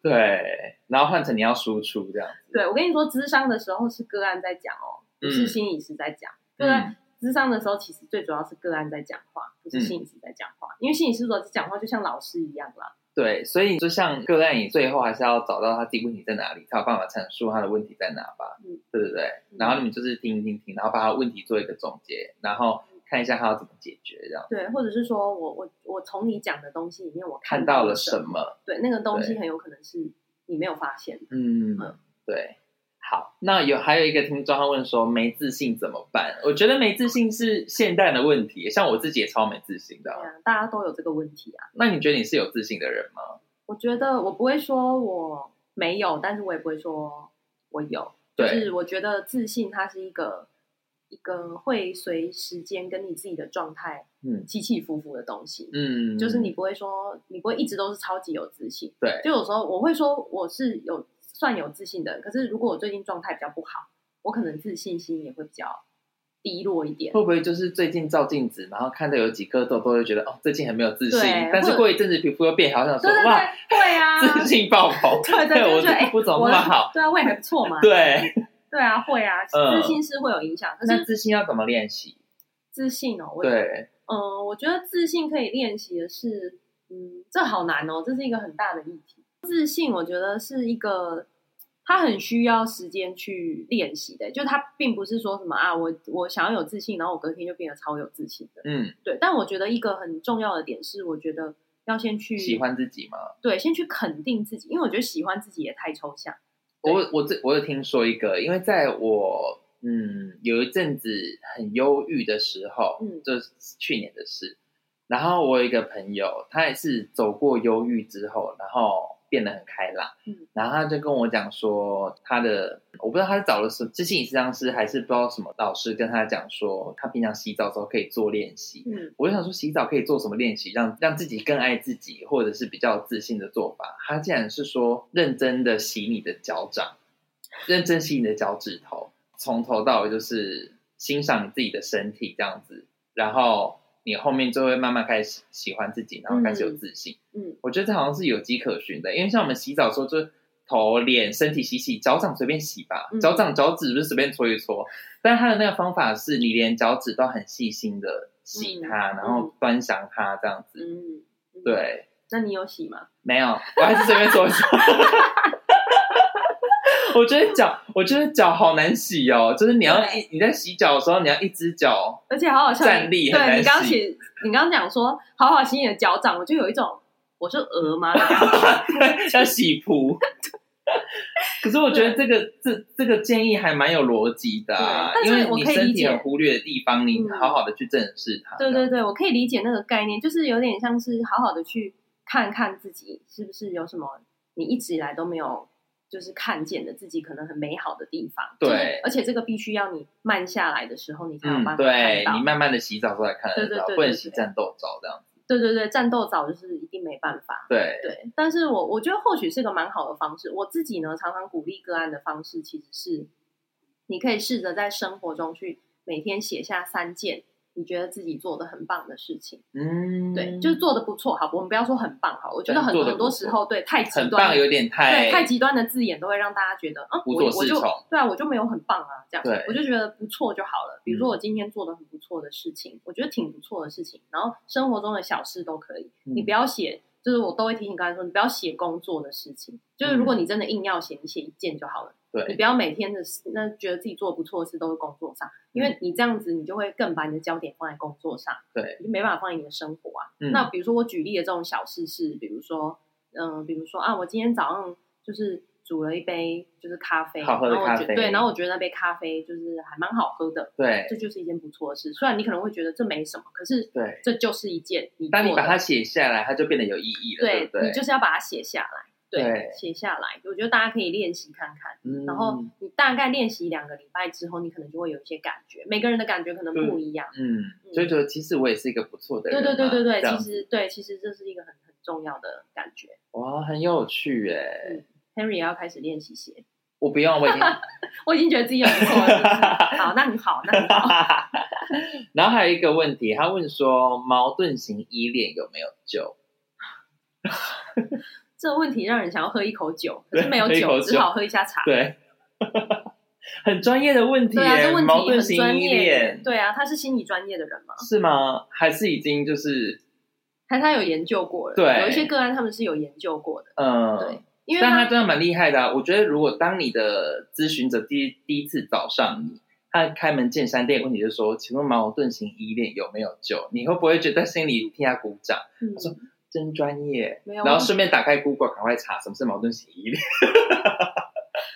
B: 对，然后换成你要输出这样子。
C: 对，我跟你说，智商的时候是个案在讲哦，不是心理师在讲。对、啊
B: 嗯
C: 智商的时候，其实最主要是个案在讲话，不是心理师在讲话。因为心理师如果是讲话，就像老师一样啦。
B: 对，所以就像个案，你最后还是要找到他自己问题在哪里，才有办法阐述他的问题在哪吧，
C: 嗯
B: 对不对？然后你们就是听听听，然后把他问题做一个总结，然后看一下他要怎么解决，这样
C: 对，或者是说我我我从你讲的东西里面，我
B: 看
C: 到
B: 到了
C: 什
B: 什？么？
C: 对，那个东西很有可能是你没有发现的。
B: 嗯
C: 嗯，
B: 对。好，那有还有一个听众他问说没自信怎么办？我觉得没自信是现代的问题，像我自己也超没自信的
C: 对
B: 啊。
C: 啊，大家都有这个问题啊。
B: 那你觉得你是有自信的人吗？
C: 我觉得我不会说我没有，但是我也不会说我有。就
B: 对
C: 是我觉得自信它是一个一个会随时间跟你自己的状态
B: 嗯
C: 起起伏伏的东西。
B: 嗯，
C: 就是你不会说，你不会一直都是超级有自信。
B: 对
C: 就有时候我会说我是有算有自信的人，可是如果我最近状态比较不好，我可能自信心也会比较低落一点。
B: 会不会就是最近照镜子，然后看到有几颗痘痘，就觉得哦，最近很没有自信
C: 对，
B: 但是
C: 或
B: 过一阵子皮肤又变好，想说
C: 对对对
B: 哇，，
C: 会啊，
B: 自信爆棚，
C: 对对，
B: 我这
C: 就觉得哎，
B: 不怎么
C: 我
B: 那么好，
C: 对啊，我也还不错嘛。
B: 对，
C: 对啊，会啊，
B: 嗯
C: 自信是会有影响，可
B: 那
C: 是
B: 自信要怎么练习？
C: 自信哦，我
B: 对，
C: 嗯，我觉得自信可以练习的是，嗯，这好难哦，这是一个很大的议题。自信，我觉得是一个，他很需要时间去练习的，就他并不是说什么啊，我我想要有自信，然后我隔天就变得超有自信的。
B: 嗯，
C: 对，但我觉得一个很重要的点是，我觉得要先去
B: 喜，欢自己吗？
C: 对，先去肯定自己，因为我觉得喜欢自己也太抽象。
B: 我我这我有听说一个，因为在我嗯有一阵子很忧郁的时候，
C: 嗯
B: 这是去年的事。然后我有一个朋友，他也是走过忧郁之后，然后变得很开朗。
C: 嗯，
B: 然后他就跟我讲说，他的我不知道他是找了什么，是心理治疗师还是不知道什么老师跟他讲说，他平常洗澡的时候可以做练习。
C: 嗯
B: 我就想说，洗澡可以做什么练习，让让自己更爱自己，或者是比较有自信的做法？他竟然是说，认真的洗你的脚掌，认真洗你的脚趾头，从头到尾就是欣赏你自己的身体这样子，然后你后面就会慢慢开始喜欢自己，然后开始有自信。
C: 嗯，
B: 我觉得这好像是有迹可循的，因为像我们洗澡的时候，就是头、脸、身体洗洗，脚掌随便洗吧
C: 嗯，
B: 脚掌、脚趾不是随便搓一搓。但是他的那个方法是你连脚趾都很细心的洗它，然后端详它这样子。
C: 嗯，嗯，
B: 对，
C: 那你有洗吗？
B: 没有，我还是随便搓一搓。 我觉得脚，我觉得脚好难洗哦，就是你要一你在洗脚的时候，你要一只 脚，
C: 而且好好笑，你
B: 站立很
C: 对
B: 难
C: 你刚
B: 洗
C: 写，你刚讲说好好洗你的脚掌，我就有一种我是鹅吗的感觉。
B: 要洗扑。可是我觉得这个这这个建议还蛮有逻辑的、啊，
C: 对但
B: 因
C: 是
B: 为
C: 我
B: 你
C: 可以
B: 身
C: 理
B: 体
C: 解
B: 很忽略的地方，你
C: 嗯
B: 好好的去正视它。
C: 对对对，我可以理解那个概念，就是有点像是好好的去看看自己是不是有什么你一直以来都没有就是看见的自己可能很美好的地方。
B: 对
C: 就是而且这个必须要你慢下来的时候，你才有办法
B: 嗯，
C: 看
B: 对
C: 到。
B: 你慢慢的洗澡的时候才看得
C: 对对
B: 到，
C: 对对
B: 不能
C: 对
B: 洗战斗澡这样子。
C: 对对对，战斗澡就是一定没办法。
B: 对，
C: 对，但是我我觉得或许是个蛮好的方式。我自己呢，常常鼓励个案的方式其实是，你可以试着在生活中去每天写下三件你觉得自己做的很棒的事情。
B: 嗯，
C: 对，就是做的不错，好，我们不要说很棒，好，我觉得很
B: 对做得
C: 很多
B: 不错
C: 时候对太极
B: 很
C: 端
B: 棒，
C: 了，
B: 有点
C: 对
B: 太
C: 太极端的字眼都会让大家觉得，嗯，
B: 无
C: 我
B: 所
C: 我
B: 适
C: 就
B: 从
C: 对啊，我就没有很棒啊，这样，
B: 对
C: 我就觉得不错就好了。比
B: 嗯
C: 如说我今天做的很不错的事情，我觉得挺不错的事情，然后生活中的小事都可以，
B: 嗯
C: 你不要写，就是我都会提醒刚才说，你不要写工作的事情，就是如果你真的硬要写，你写一件就好了。你
B: 嗯对
C: 不要每天的事，那觉得自己做得不错的事都是工作上，因为你这样子，你就会更把你的焦点放在工作上，
B: 嗯对，
C: 你就没办法放在你的生活啊。
B: 嗯
C: 那比如说我举例的这种小事是，比如说，嗯、比如说啊，我今天早上就是煮了一杯就是咖啡，
B: 好喝的
C: 然后我觉
B: 咖啡
C: 对，然后我觉得那杯咖啡就是还蛮好喝的，
B: 对
C: 这就是一件不错的事。虽然你可能会觉得这没什么，可是
B: 对，
C: 这就是一件你
B: 当你
C: 做
B: 把
C: 的
B: 它写下来，它就变得有意义了，对
C: 对
B: 不对
C: 你？就是要把它写下来，
B: 对
C: 写下来。我觉得大家可以练习看看。
B: 嗯
C: 然后你大概练习两个礼拜之后，你可能就会有一些感觉，每个人的感觉可能不一样。
B: 嗯，所以觉得其实我也是一个不错的人
C: 对
B: 啊，
C: 对对对对，
B: 这样
C: 其
B: 子
C: 实对，其实这是一个很很重要的感觉。
B: 哇，很有趣哎、
C: 嗯 Henry 也要开始练习写，
B: 我不用，我已 经
C: 我已经觉得自己很不错了。是不是 好，那很好，那很好。
B: 然后还有一个问题，他问说矛盾型依恋有没有救？
C: 这个问题让人想要喝一口酒，可是
B: 对
C: 没有
B: 喝一口
C: 酒，只
B: 酒
C: 好喝一下茶。
B: 对， 很专业的问题耶，
C: 对啊，这问
B: 矛
C: 题
B: 盾
C: 很
B: 型
C: 专
B: 依
C: 业
B: 恋。
C: 对啊，他是心理专业的人嘛，
B: 是吗？还是已经就是
C: 还是他有研究过了。
B: 对
C: 有一些个案他们是有研究过的。
B: 嗯，
C: 对，，因为
B: 但他
C: 他
B: 真的蛮厉害的、啊。我觉得如果当你的咨询者第一第一次找上你，他开门见山第一个问题就是说，请问矛盾型依恋有没有救？你会不会觉得心里替他鼓掌？
C: 嗯
B: 他说真专业，
C: 没有，
B: 然后
C: 我
B: 顺便打开 Google 赶快查什么是矛盾型依 恋。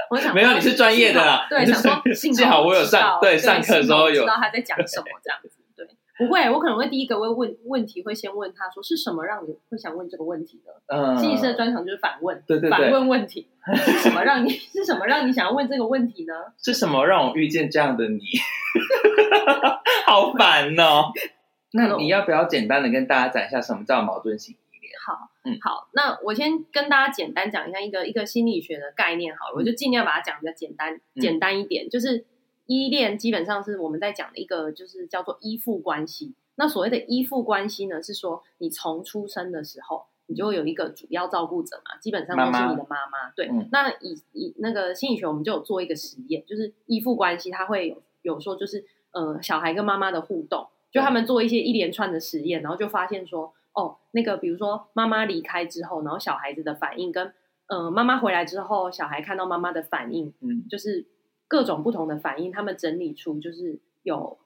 C: 我想说
B: 没有你是专业的啦
C: 幸好
B: 你
C: 对，
B: 是
C: 想说幸
B: 幸好我有
C: 知道
B: 上对
C: 对
B: 上课的时候有
C: 幸好我知道他在讲什么这样子，对，不会，我可能会第一个会问问题，会先问他说是什么让你会想问这个问题呢？
B: 嗯，
C: 心理师的专长就是反问，
B: 对对对
C: 反问 问题是什么让你是什么让你想要问这个问题呢？
B: 是什么让我遇见这样的你？ 好烦 哦！那你要不要简单的跟大家讲一下什么叫矛盾型依恋？
C: 好，
B: 嗯
C: 好，那我先跟大家简单讲一下一个一个心理学的概念好了，我就尽量把它讲比较简单、
B: 嗯
C: 简单一点，就是依恋基本上是我们在讲的一个就是叫做依附关系。那所谓的依附关系呢，是说你从出生的时候。你就会有一个主要照顾者嘛，基本上都是你的妈妈。对，
B: 嗯
C: 那以以那个心理学，我们就有做一个实验，就是依附关系，它会有有说就是呃小孩跟妈妈的互动，就他们做一些一连串的实验，然后就发现说，哦，那个比如说妈妈离开之后，然后小孩子的反应跟呃，妈妈回来之后，小孩看到妈妈的反应，
B: 嗯，
C: 就是各种不同的反应，他们整理出就是有，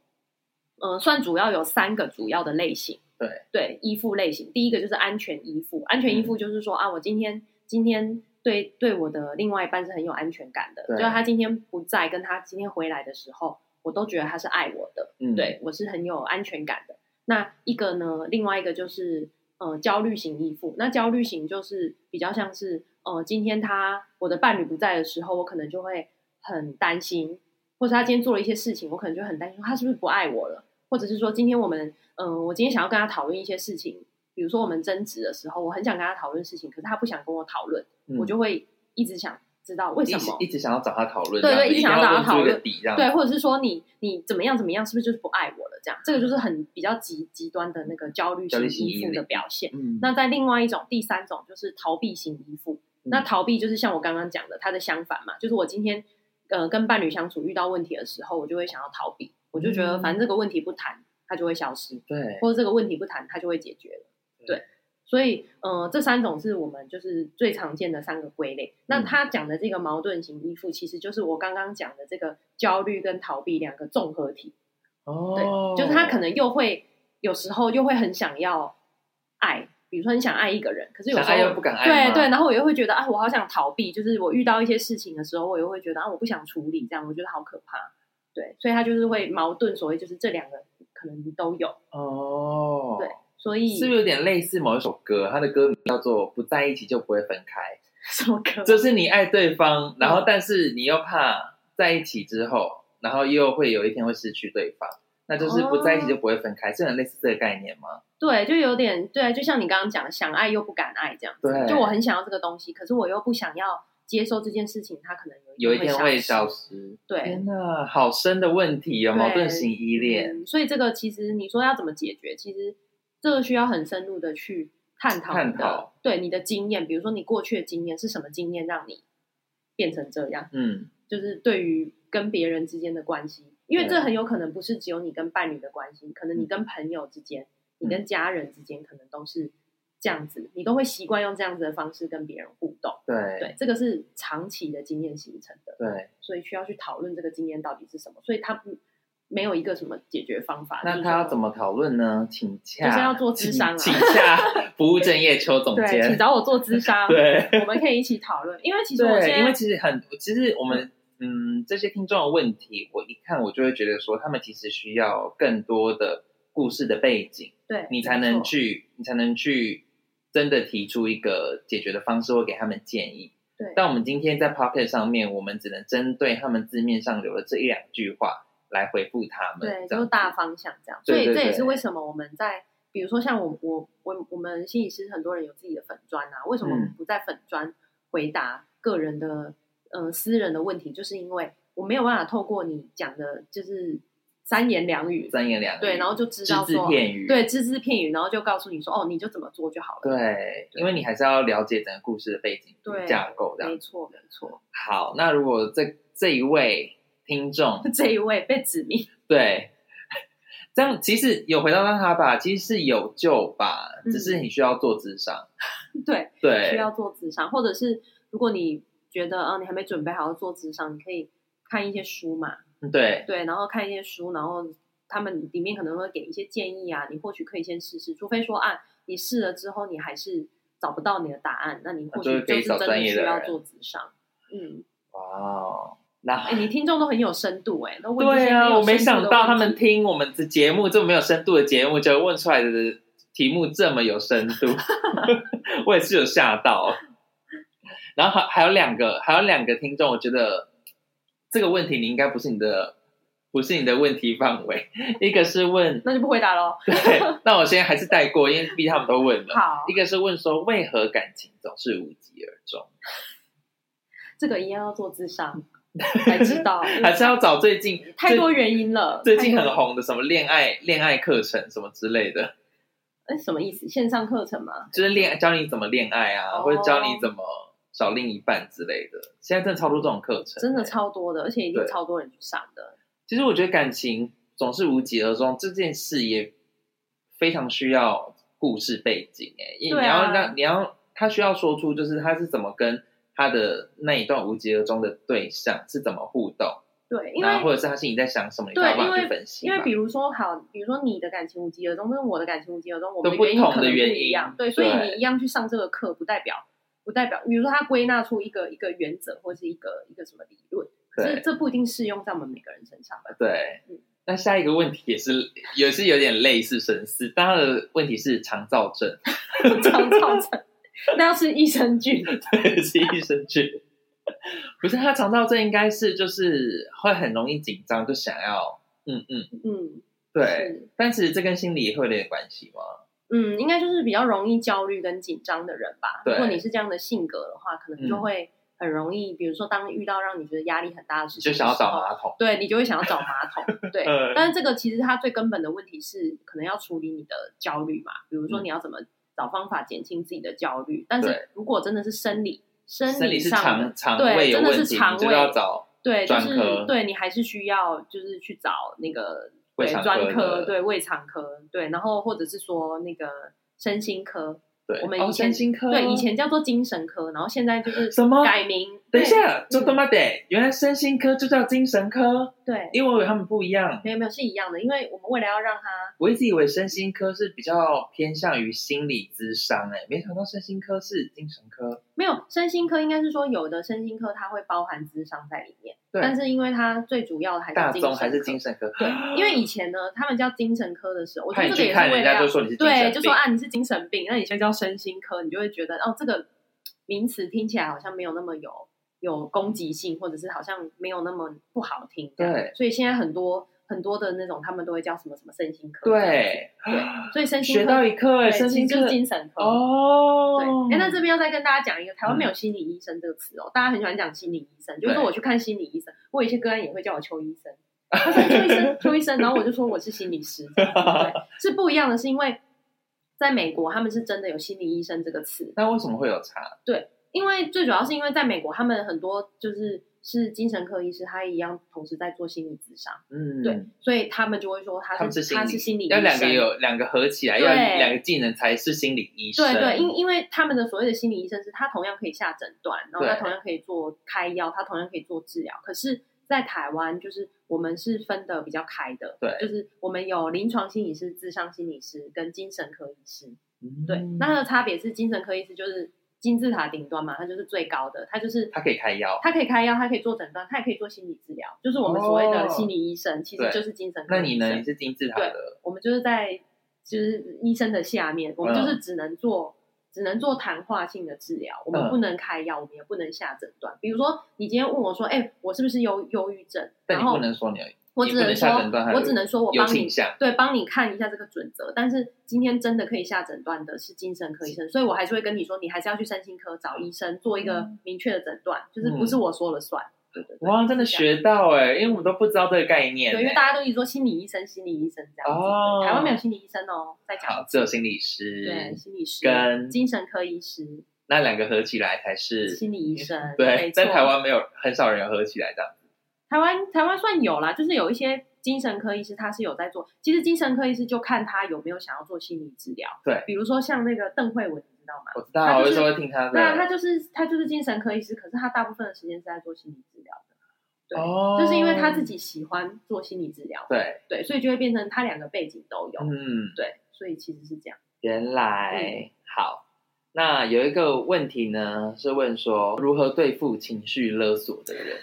C: 呃，算主要有三个主要的类型。
B: 对嗯
C: 对，依附类型，第一个就是安全依附，安全依附就是说、啊，我今天今天对对我的另外一半是很有安全感的，
B: 对
C: 就是他今天不在，跟他今天回来的时候，我都觉得他是爱我的，
B: 嗯，
C: 对我是很有安全感的。那一个呢，另外一个就是呃焦虑型依附。那焦虑型就是比较像是呃，今天他我的伴侣不在的时候，我可能就会很担心，或是他今天做了一些事情，我可能就很担心他是不是不爱我了，或者是说今天我们嗯、呃我今天想要跟他讨论一些事情，比如说我们争执的时候，我很想跟他讨论事情，可是他不想跟我讨论，
B: 嗯，
C: 我就会一直想知道为
B: 一
C: 什
B: 直
C: 么
B: 一直想要找他讨论，
C: 对
B: 这样
C: 对
B: 子
C: 一直想要找他讨论
B: 一定要问出一个底这样子，
C: 对，或者是说你你怎么样怎么样，是不是就是不爱我了？这样，这个就是很比较极极端的那个焦虑
B: 焦
C: 型
B: 虑型
C: 依
B: 依
C: 附的
B: 附
C: 表现。
B: 嗯，
C: 那在另外一种第三种就是逃避型依附，
B: 嗯
C: 那逃避就是像我刚刚讲的，它的相反嘛，就是我今天呃跟伴侣相处遇到问题的时候，我就会想要逃避，我就觉得
B: 嗯
C: 反正这个问题不谈，它就会消失，
B: 对，
C: 或者这个问题不谈，它就会解决了。
B: 嗯
C: 对，所以呃，这三种是我们就是最常见的三个归类。那
B: 嗯
C: 他讲的这个矛盾型依附，其实就是我刚刚讲的这个焦虑跟逃避两个综合体。
B: 哦，
C: 就是他可能又会有时候又会很想要爱，比如说很想爱一个人，可是有时
B: 想爱
C: 候
B: 又不敢爱
C: 对
B: 吗
C: 对，然后我又会觉得啊，我好想逃避，就是我遇到一些事情的时候，我又会觉得啊，我不想处理，这样我觉得好可怕。对，所以他就是会矛盾，所谓就是这两个可能都有，
B: 哦，
C: 对所以
B: 是不是有点类似某一首歌？它的歌名叫做《不在一起就不会分开
C: 什么歌》，？
B: 就是你爱对方，然后
C: 嗯
B: 但是你又怕在一起之后，然后又会有一天会失去对方，那就是不在一
C: 哦
B: 起就不会分开，是很类似这个概念吗？
C: 对，就有点对，啊就像你刚刚讲，的，想爱又不敢爱这样子。
B: 对
C: 就我很想要这个东西，可是我又不想要接受这件事情，它可能
B: 有
C: 一
B: 一天
C: 会
B: 会消
C: 失。
B: 失。
C: 对，
B: 天呐，好深的问题哦，
C: 对
B: 矛盾型依恋。
C: 嗯所以这个其实你说要怎么解决，其实这个需要很深入的去探讨你
B: 探
C: 的
B: 讨
C: 对你的经验，比如说你过去的经验是什么经验让你变成这样，
B: 嗯，
C: 就是对于跟别人之间的关系，因为
B: 对嗯
C: 这很有可能不是只有你跟伴侣的关系，可能你跟朋友之间，你跟家人之间，可能都是这样子，你都会习惯用这样子的方式跟别人互动。
B: 对
C: 对，这个是长期的经验形成的。
B: 对
C: 所以需要去讨论这个经验到底是什么。所以他不没有一个什么解决方法。
B: 那他要怎
C: 么？
B: 么讨论呢？请假，
C: 就是要做智商啊
B: 请请 假，不务正业邱总
C: 对，请
B: 监。
C: 找我做咨商，
B: 对，
C: 我们可以一起讨论。因为其实我现
B: 对，
C: 在
B: 因为其实很，其实我们嗯这些听众的问题，我一看我就会觉得说，他们其实需要更多的故事的背景，
C: 对
B: 你才
C: 没
B: 能
C: 错
B: 去，你才能去真的提出一个解决的方式，或给他们建议。
C: 对
B: 但我们今天在 Pocket 上面，我们只能针对他们字面上留的这一两句话来回复他们。
C: 对，
B: 这
C: 就
B: 样
C: 是
B: 子
C: 大方向这样。
B: 对
C: 所
B: 对
C: 以这也
B: 对
C: 是为什么我们在。比如说像我我我我们心理师很多人有自己的粉砖啊，为什么我们
B: 嗯
C: 不在粉砖回答个人的嗯、呃私人的问题？就是因为我没有办法透过你讲的，就是三言两语，
B: 三言两语，
C: 对，然后就知
B: 只
C: 道
B: 字
C: 说
B: 片语，
C: 对只字片语，然后就告诉你说哦，你就怎么做就好了。
B: 对，因为你还是要了解整个故事的背景
C: 对
B: 架构这样
C: 没。错，没错。
B: 好，那如果这这一位听众
C: 这一位被指名，
B: 对，这样其实有回到让他吧，其实是有救吧，
C: 嗯
B: 只是你需要做智商，
C: 对，需
B: 对
C: 要做智商，或者是如果你觉得啊，你还没准备好要做智商，你可以看一些书嘛，
B: 对
C: 对，然后看一些书，然后他们里面可能会给一些建议啊，你或许可以先试试，除非说啊，你试了之后你还是找不到你的答案，那你或
B: 那啊就
C: 许
B: 是可以
C: 就是
B: 找
C: 真
B: 专业
C: 需
B: 的
C: 要
B: 人
C: 做智商。嗯，
B: 哇哦，那
C: 哎、你听众都很有深度哎、都问这
B: 对
C: 些
B: 啊，
C: 有
B: 我没
C: 深度
B: 想
C: 的
B: 到
C: 问
B: 他
C: 题
B: 们听我们的节目这么没有深度的节目，就问出来的题目这么有深 度，我也是有吓到。然后还还有两个，还有两个听众，我觉得这个问题你应该不是你的，不是你的问题范围。一个是问，
C: 那就不回答喽。
B: 对，那我现在还是带过，因为毕竟他们都问了。
C: 好
B: 一，个是问说，为何感情总是无疾而终？
C: 这个一样要做 智商才知道，
B: 还是要找最近
C: 太多原因了。
B: 最近
C: 太多
B: 很红的什么恋爱恋爱课程什么之类的。
C: 哎，什么意思？线上课程吗？
B: 就是恋爱教你怎么恋爱啊，
C: 哦
B: 或者教你怎么找另一半之类的。现在真的超多这种课程，
C: 真的。超多的，而且一定
B: 对
C: 超多人去上的。
B: 其实我觉得感情总是无疾而终，这件事也非常需要故事背景、欸。哎、因为
C: 对
B: 你
C: 啊
B: 要让你要他需要说出，就是他是怎么跟他的那一段无疾而终的对象是怎么互动，
C: 对，因
B: 然后或
C: 为
B: 者是他心里在想什么，你
C: 对
B: 才有办
C: 因
B: 法
C: 为
B: 去分析
C: 因
B: 嘛。
C: 为比如说好，比如说你的感情无疾而终，跟我的感情无疾而终，我们
B: 都不
C: 原因
B: 同
C: 可
B: 的
C: 能不
B: 原
C: 一
B: 因
C: 样，对，所以
B: 对
C: 你一样去上这个课，不代表不代表，比如说他归纳出一个一个原则或是一个一个什么理论，可是
B: 对
C: 这不一定适用在我们每个人身上吧。
B: 对
C: 嗯，
B: 那下一个问题也是也是有点类似神似，但他的问题是肠燥症，
C: 肠造成。那要吃益生 菌，
B: 对，是益生菌。不是他肠燥症应该是就是会很容易紧张，就想要嗯嗯
C: 嗯，
B: 对，
C: 是，
B: 但其实这跟心理也会有点关系吗？
C: 嗯，应该就是比较容易焦虑跟紧张的人吧。
B: 对嗯
C: 如果你是这样的性格的话，可能就会很容易，比如说当遇到让你觉得压力很大的事
B: 你就
C: 情的
B: 想要
C: 时
B: 找
C: 候，
B: 马桶，
C: 对你就会想要找马桶。 对，
B: 嗯
C: 但是这个其实它最根本的问题是，可能要处理你的焦虑嘛，比如说
B: 嗯
C: 你要怎么找方法减轻自己的焦虑。但是
B: 对
C: 如果真的是生理生
B: 生理
C: 理
B: 是
C: 上的
B: 肠，肠
C: 对
B: 胃有
C: 真的
B: 问
C: 是
B: 题，
C: 肠
B: 你就
C: 胃
B: 要找
C: 对，就
B: 专
C: 是
B: 科
C: 对你还是需要就是去找那个
B: 胃
C: 对
B: 肠
C: 专
B: 科
C: 科，
B: 的
C: 对胃肠科，对，然后或者是说那个身心科，
B: 对，
C: 我们
B: 哦
C: 以前
B: 身心科
C: 对，以前叫做精神科，然后现在就是
B: 什么
C: 改名？
B: 等一下，
C: 对嗯
B: 就他妈得，原来身心科就叫精神科，
C: 对，对
B: 因为我以为他们不一样。
C: 没有没有是一样的，因为我们为了要让他
B: 我一直以为身心科是比较偏向于心理咨商、哎，没想到身心科是精神科。
C: 没有身心科，应该是说有的身心科它会包含智商在里面，
B: 对，
C: 但是因为它最主要的还
B: 大
C: 是精神
B: 宗还是
C: 科
B: 精神科，
C: 对，因为以前呢，他们叫精神科的时候，我觉
B: 怕
C: 得
B: 你
C: 这个也
B: 去
C: 是
B: 看
C: 为
B: 人
C: 了
B: 家
C: 要
B: 就说你是精神
C: 对，
B: 病，
C: 就说啊你是精神病，那你现在叫身心科，你就会觉得哦，这个名词听起来好像没有那么有有攻击性，或者是好像没有那么不好听。
B: 对，
C: 所以现在很多很多的那种，他们都会叫什么什么身心科。
B: 对，啊
C: 对，所以身心科
B: 学到一课、哎
C: 对，
B: 身心
C: 其实就
B: 科
C: 是精神科。
B: 哦，嗯
C: 对，哎、那这边要再跟大家讲一个，台湾没有心理医生这个词哦，大家很喜欢讲心理医生，就是说我去看心理医生，我有一些个案也会叫我邱 医生，他说邱医生，邱医生，然后我就说我是心理师，对，是不一样的，是因为在美国他们是真的有心理医生这个词，
B: 那为什么会有差？
C: 因为最主要是因为在美国他们很多就是是精神科医师，他一样同时在做心理咨商，
B: 嗯，
C: 对，所以他们就会说
B: 他
C: 他
B: 们是
C: 是
B: 心理，
C: 他是心理医
B: 要
C: 生，
B: 两个有两个合起来，要
C: 对
B: 两个技能才是心理医生。
C: 对对，因因为他们的所谓的心理医生是他同样可以下诊断，然后他
B: 对
C: 同样可以做开药，他同样可以做治疗。可是，在台湾就是我们是分的比较开的，
B: 对
C: 就是我们有临床心理师、智商心理师跟精神科医师。
B: 嗯
C: 对，那它的差别是精神科医师就是金字塔顶端嘛，他就是最高的，他就是
B: 他可以开药，
C: 他可以开药，他可以做诊断，他也可以做心理治疗，就是我们所谓的
B: 哦
C: 心理医生，其实
B: 对
C: 就是精神科
B: 那
C: 医生。
B: 你呢？你是金字塔的，
C: 我们就是在就是医生的下面，我
B: 嗯
C: 们就是只能做、只能做谈话性的治疗，我们
B: 嗯
C: 不能开药，我们也不能下诊断。比如说，你今天问我说：“哎、我是不是忧忧郁症？”
B: 但
C: 然
B: 你
C: 后
B: 不能说你有
C: 我
B: 你
C: 只
B: 不
C: 能
B: 能
C: 说
B: 下诊断还，
C: 我
B: 有
C: 只能说我
B: 有
C: 帮你
B: 倾向，
C: 对帮你看一下这个准则。但是今天真的可以下诊断的是精神科医生，所以我还是会跟你说，你还是要去身心科找医生做一个明确的诊断，就是不是我说了算。对对对，
B: 嗯哇，真的
C: 是这样。
B: 学到哎、因为我们都不知道这个概念、哎
C: 对，因为大家都一直说心理医生、心理医生这样子，
B: 哦
C: 对台湾没有心理医生哦，在讲
B: 好，只有心理师，
C: 对，心理师、
B: 跟
C: 精神科医师、
B: 那两个合起来才是
C: 心理医生，
B: 对，
C: 没
B: 在
C: 错
B: 台，湾没有很少人有合起来这样。
C: 台湾台湾算有啦，就是有一些精神科医师他是有在做，其实精神科医师就看他有没有想要做心理治疗，
B: 对
C: 比如说像那个邓慧文，你知道吗？
B: 我知道，
C: 他
B: 我
C: 就
B: 就是说会听他的。
C: 对啊，他就是他就是精神科医师，可是他大部分的时间是在做心理治疗的，对
B: 哦，
C: 就是因为他自己喜欢做心理治疗，
B: 对，
C: 对，所以就会变成他两个背景都有，
B: 嗯，
C: 对，所以其实是这样。
B: 原
C: 嗯
B: 来、好。那有一个问题呢，是问说如何对付情绪勒索的人。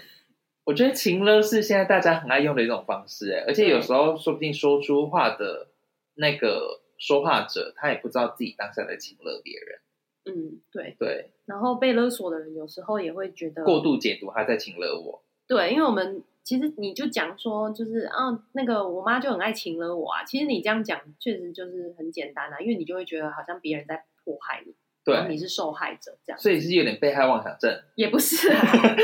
B: 我觉得情勒是现在大家很爱用的一种方式，哎，而且有时候说不定说出话的那个说话者，他也不知道自己当下在情勒别人，
C: 嗯，对，
B: 对，
C: 然后被勒索的人有时候也会觉得
B: 过度解读他在情勒我，
C: 对，因为我们其实你就讲说，就是啊，那个我妈就很爱情了我啊。其实你这样讲，确实就是很简单啊，因为你就会觉得好像别人在迫害你，然后
B: 对，
C: 你是受害者这样，
B: 所以是有点被害妄想症。
C: 也 不是、啊，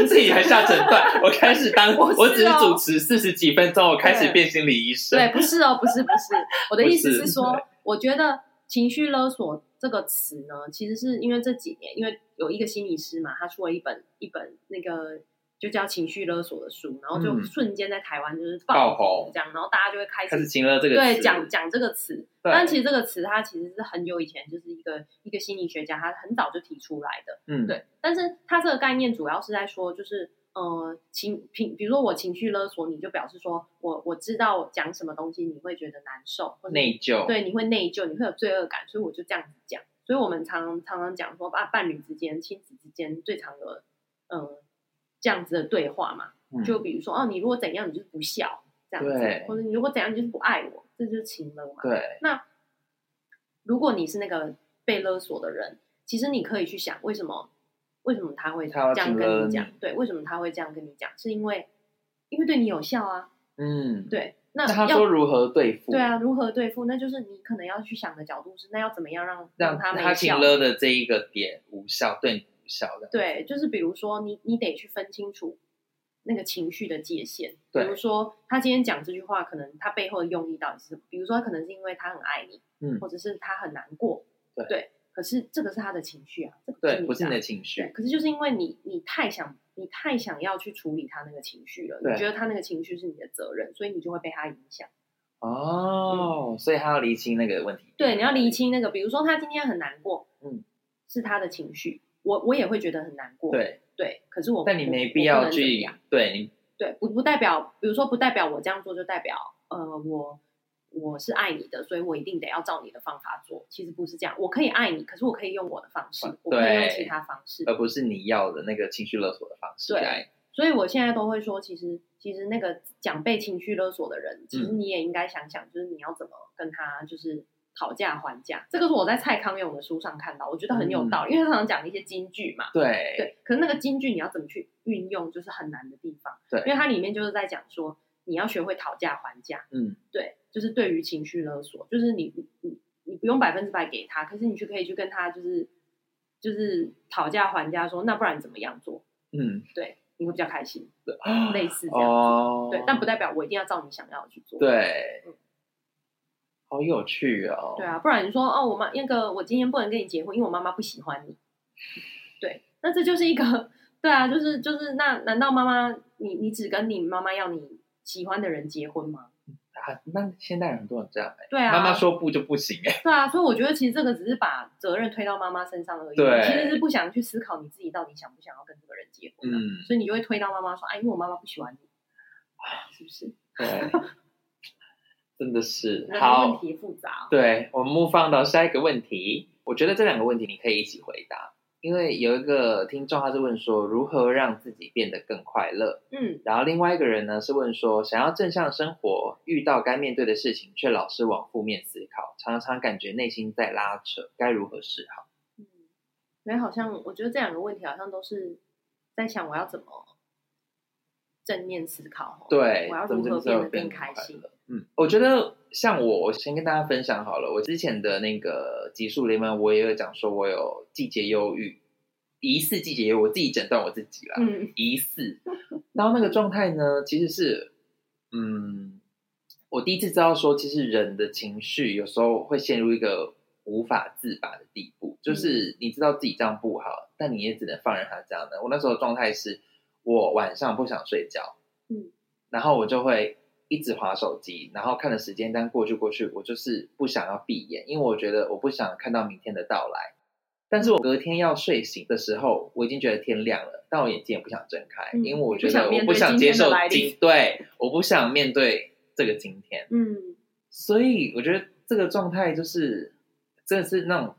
B: 自己还下诊 断，我开始当
C: 我是哦
B: 我只是主持四十几分钟，我开始变心理医生。
C: 对，不是哦，不是不是，我的意思
B: 不
C: 是
B: 是
C: 说，我觉得情绪勒索这个词呢，其实是因为这几年，因为有一个心理师嘛，他出了一本一本那个就叫情绪勒索的书，然后就
B: 嗯
C: 瞬间在台湾就是
B: 爆
C: 爆
B: 红
C: 这样，然后大家就会开
B: 开始
C: 始
B: 情了这个
C: 对
B: 词
C: 讲讲这个词，
B: 对
C: 但其实这个词它其实是很久以前就是一个一个心理学家他很早就提出来的，
B: 嗯
C: 对，但是它这个概念主要是在说，就是呃情平，比如说我情绪勒索你，就表示说我我知道我讲什么东西你会觉得难受，或者
B: 内疚
C: 对你会内疚，你会有罪恶感，所以我就这样子讲。所以我们常常常讲说，啊，伴侣之间、亲子之间最常有嗯、呃这样子的对话嘛，
B: 嗯
C: 就比如说哦，你如果怎样，你就是不孝这样
B: 对
C: 子，或者你如果怎样，你就是不爱我，这就是情勒嘛。
B: 对
C: 那如果你是那个被勒索的人，其实你可以去想，为什么为什么他会这
B: 他要去
C: 样
B: 勒
C: 跟
B: 你
C: 你讲？对，为什么他会这样跟你讲？是因为因为对你有效啊。
B: 嗯，
C: 对，那
B: 那他
C: 要
B: 说如何对付？
C: 对，啊，如何对付？那就是你可能要去想的角度是，那要怎么样让
B: 让
C: 他
B: 他
C: 没
B: 情
C: 效？
B: 了的这一个点无效，对你无效的，
C: 对，就是比如说你你得去分清楚那个情绪的界限。比
B: 对
C: 如说他今天讲这句话，可能他背后的用意到底是什么？比如说他可能是因为他很爱你，
B: 嗯
C: 或者是他很难过，
B: 对
C: 可是这个是他的情绪啊，这个
B: 对，不是你
C: 的
B: 的
C: 啊
B: 情
C: 对，
B: 绪，
C: 可是就是因为你你太想你太想要去处理他那个情绪了，
B: 对
C: 你觉得他那个情绪是你的责任，所以你就会被他影响。
B: 哦，所以他要厘清那个问题，
C: 对，你要厘，清那个，比如说他今天很难过，
B: 嗯，
C: 是他的情绪，我我也会觉得很难过，
B: 对，
C: 对，可是我
B: 但你
C: 我
B: 没必
C: 我不
B: 要
C: 能怎么
B: 去
C: 样，
B: 对你，
C: 对，不不代表，比如说不代表我这样做就代表，呃，我我是爱你的，所以我一定得要照你的方法做，其实不是这样，我可以爱你，可是我可以用我的方式，我可以用其他方式，
B: 而不是你要的那个情绪勒索的方式
C: 对
B: 来，
C: 所以我现在都会说，其实其实那个讲被情绪勒索的人，其实你也应该想想，就是你要怎么跟他就是讨价还价。这个是我在蔡康永的书上看到，我觉得很有道理，因为他常常讲一些金句嘛。
B: 对
C: 对，可是那个金句你要怎么去运用，就是很难的地方。
B: 对
C: 因为它里面就是在讲说，你要学会讨价还价。
B: 嗯，
C: 对，就是对于情绪勒索，就是你你你你不用百分之百给他，可是你就可以去跟他就是就是讨价还价说，那不然你怎么样做？
B: 嗯，
C: 对，你会比较开心。
B: 对，
C: 类似这样子。
B: 哦，
C: 对，但不代表我一定要照你想要的去做。
B: 对
C: 嗯，
B: 好有趣哦，
C: 对啊，不然你说哦，我妈那个我今天不能跟你结婚，因为我妈妈不喜欢你。对，那这就是一个对啊，就是就是那难道妈妈你你只跟你妈妈要你喜欢的人结婚吗？
B: 啊，那现代人很多人这样欸，
C: 对啊，
B: 妈妈说不就不行哎，
C: 对啊，所以我觉得其实这个只是把责任推到妈妈身上而已，
B: 对
C: 其实是不想去思考你自己到底想不想要跟这个人结婚、啊，
B: 嗯，
C: 所以你就会推到妈妈说，哎，因为我妈妈不喜欢你，
B: 啊
C: 是不是？
B: 对，真的是
C: 那个问
B: 好，
C: 题复杂哦、
B: 对我们目放到下一个问题，我觉得这两个问题你可以一起回答，因为有一个听众他是问说如何让自己变得更快乐，
C: 嗯
B: 然后另外一个人呢是问说想要正向生活，遇到该面对的事情却老是往负面思考，常常感觉内心在拉扯，该如何是好？
C: 嗯，所以好像我觉得这两个问题好像都是在想我要怎么正面思考哦，
B: 对，
C: 我要
B: 怎
C: 如
B: 么
C: 何
B: 怎么
C: 变得更
B: 快
C: 开心
B: 乐。嗯，我觉得像我，我先跟大家分享好了。我之前的那个极速联盟，我也有讲说我有季节忧郁，疑似季节忧郁，我自己诊断我自己啦，
C: 嗯
B: 疑似。然后那个状态呢，其实是，嗯，我第一次知道说，其实人的情绪有时候会陷入一个无法自拔的地步，就是你知道自己这样不好，但你也只能放任他这样的。我那时候的状态是我晚上不想睡觉，
C: 嗯，
B: 然后我就会。一直划手机，然后看的时间单过去过去，我就是不想要闭眼，因为我觉得我不想看到明天的到来。但是我隔天要睡醒的时候，我已经觉得天亮了，但我眼睛也不想睁开，
C: 嗯
B: 因为我
C: 你
B: 觉
C: 不
B: 得
C: 想
B: 我
C: 面
B: 不
C: 对
B: 想
C: 今
B: 接
C: 天的
B: 受
C: 来
B: 今
C: 临
B: 对，我不想面对这个今天。
C: 嗯，
B: 所以我觉得这个状态就是真的是那种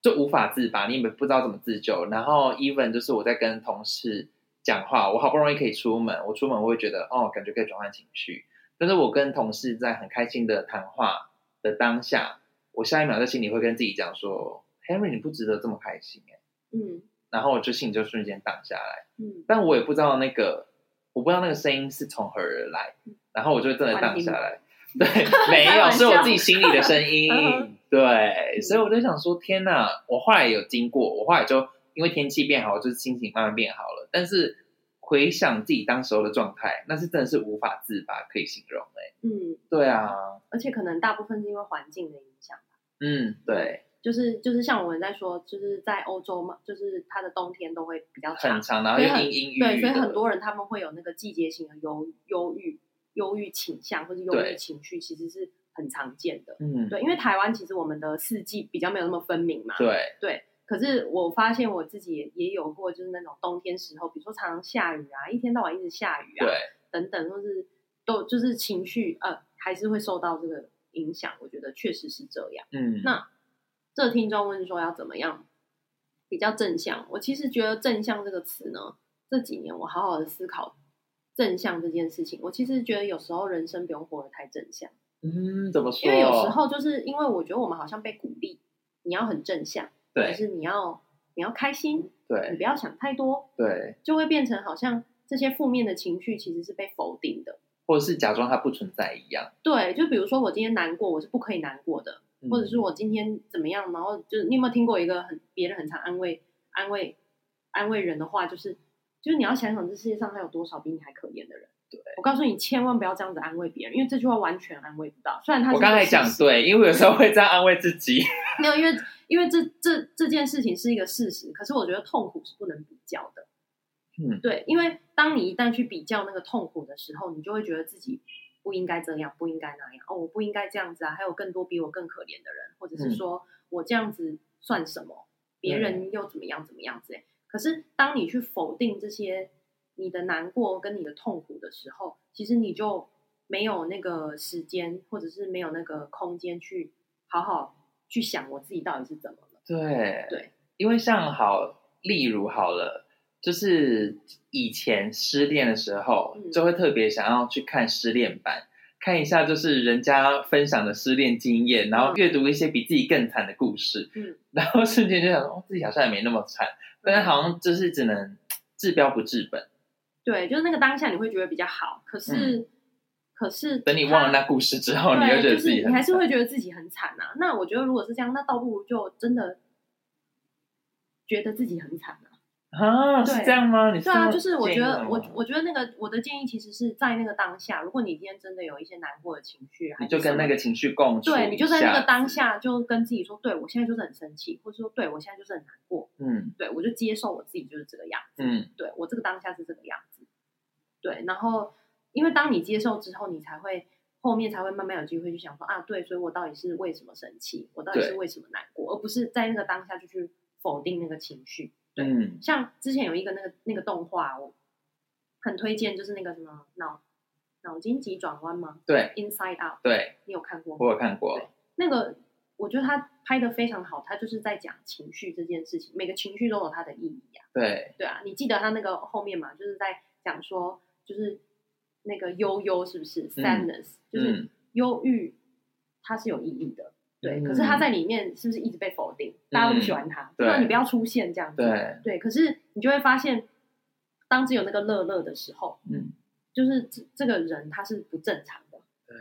B: 就无法自拔，你也不知道怎么自救。然后 even 就是我在跟同事讲话，我好不容易可以出门，我出门我会觉得哦，感觉可以转换情绪。但是我跟同事在很开心的谈话的当下，我下一秒在心里会跟自己讲说，Henry 你不值得这么开心欸
C: 嗯
B: 然后我就心里就瞬间荡下来，
C: 嗯，
B: 但我也不知道那个，我不知道那个声音是从何而来，然后我就真的荡下来。对，没
C: 开
B: 有，
C: 玩笑
B: 是我自己心里的声音
C: 嗯。
B: 对，所以我就想说，天哪！我后来有经过，我后来就因为天气变好，就是心情慢慢变好了。但是回想自己当时候的状态，那是真的是无法自拔，可以形容哎、
C: 嗯，
B: 对啊，
C: 而且可能大部分是因为环境的影响，
B: 嗯，对，
C: 就是就是像我们在说，就是在欧洲嘛，就是它的冬天都会比较长
B: 很，长，然后
C: 所以
B: 又
C: 很
B: 阴阴郁郁
C: 对，所以
B: 的
C: 很多人他们会有那个季节性的忧忧郁、忧郁倾向或者忧
B: 对
C: 郁情绪，其实是很常见的。
B: 嗯，
C: 对，因为台湾其实我们的四季比较没有那么分明嘛。
B: 对，
C: 可是我发现我自己也也有过，就是那种冬天时候，比如说常常下雨啊，一天到晚一直下雨啊，
B: 对，
C: 等等，或是都就是情绪呃，还是会受到这个影响。我觉得确实是这样。
B: 嗯，
C: 那这听众问说要怎么样比较正向？我其实觉得“正向”这个词呢，这几年我好好的思考正向这件事情。我其实觉得有时候人生不用活得太正向，
B: 嗯，怎么说？
C: 因为有时候就是因为我觉得我们好像被鼓励，你要很正向，就
B: 对
C: 是你要你要开心，你
B: 对
C: 不要想太多，
B: 对，
C: 就会变成好像这些负面的情绪其实是被否定的。
B: 或者是假装它不存在一样，
C: 对，就比如说我今天难过，我是不可以难过的，
B: 嗯
C: 或者是我今天怎么样，然后就是你有没有听过一个很别人很常安慰安慰安慰人的话，就是就是你要想想这世界上还有多少比你还可怜的人。对，我告诉你，千万不要这样子安慰别人，因为这句话完全安慰不到。虽然他
B: 我刚才讲对，因为有时候会这样安慰自己，
C: 没有，因为因为这这这件事情是一个事实，可是我觉得痛苦是不能比较的。
B: 嗯
C: 对，因为当你一旦去比较那个痛苦的时候，你就会觉得自己不应该这样，不应该那样，哦，我不应该这样子啊，还有更多比我更可怜的人，或者
B: 嗯
C: 是说我这样子算什么，别人又怎么样怎么样之类。可是当你去否定这些你的难过跟你的痛苦的时候，其实你就没有那个时间，或者是没有那个空间去好好去想我自己到底是怎么了。
B: 对
C: 对，
B: 因为像好，例如好了，就是以前失恋的时候，
C: 嗯
B: 就会特别想要去看失恋版，看一下就是人家分享的失恋经验，然后阅读一些比自己更惨的故事，
C: 嗯，
B: 然后瞬间就想说，哦，自己好像也没那么惨，但是好像就是只能治标不治本。
C: 对，就是那个当下你会觉得比较好，可是、可是
B: 嗯等你
C: 它
B: 忘了那故事之后，哦你又觉
C: 对，
B: 得
C: 就
B: 自
C: 是
B: 己
C: 你
B: 很
C: 还是
B: 惨
C: 会觉得自己很惨啊。那我觉得如果是这样，那倒不如就真的觉得自己很惨啊。
B: 啊，是
C: 对
B: 这样吗？你
C: 对啊，
B: 这
C: 就是
B: 么
C: 我
B: 建
C: 觉
B: 议的
C: 得
B: 吗
C: 我我觉得那个我的建议其实是在那个当下，如果你今天真的有一些难过的情绪，还
B: 你
C: 是
B: 就跟
C: 什么
B: 那个情绪共处一下，
C: 对，你就在那个当下就跟自己说，对我现在就是很生气，或者说对我现在就是很难过，
B: 嗯
C: 对我就接受我自己就是这个样子，
B: 嗯，
C: 对我这个当下是这个样子，对，然后因为当你接受之后，你才会后面才会慢慢有机会去想说啊，对，所以我到底是为什么生气，我到底是
B: 对
C: 为什么难过，而不是在那个当下就去否定那个情绪。对
B: 嗯，
C: 像之前有一个那个那个动画，我很推荐，就是那个什么脑脑筋急转弯吗
B: 对
C: ？Inside Out，
B: 对，
C: 你有看过吗？
B: 我有看过，
C: 那个我觉得他拍的非常好，他就是在讲情绪这件事情，每个情绪都有它的意义啊。
B: 对，
C: 对啊，你记得他那个后面嘛，就是在讲说，就是那个悠悠是不是 sadness，、就是
B: 嗯，
C: 忧郁，它是有意义的。对，
B: 嗯
C: 可是他在里面是不是一直被否定？大家都不喜欢他，
B: 对
C: 那你不要出现这样子。
B: 对，
C: 对，可是你就会发现，当只有那个乐乐的时候，
B: 嗯，
C: 就是这这个人他是不正常的。
B: 对，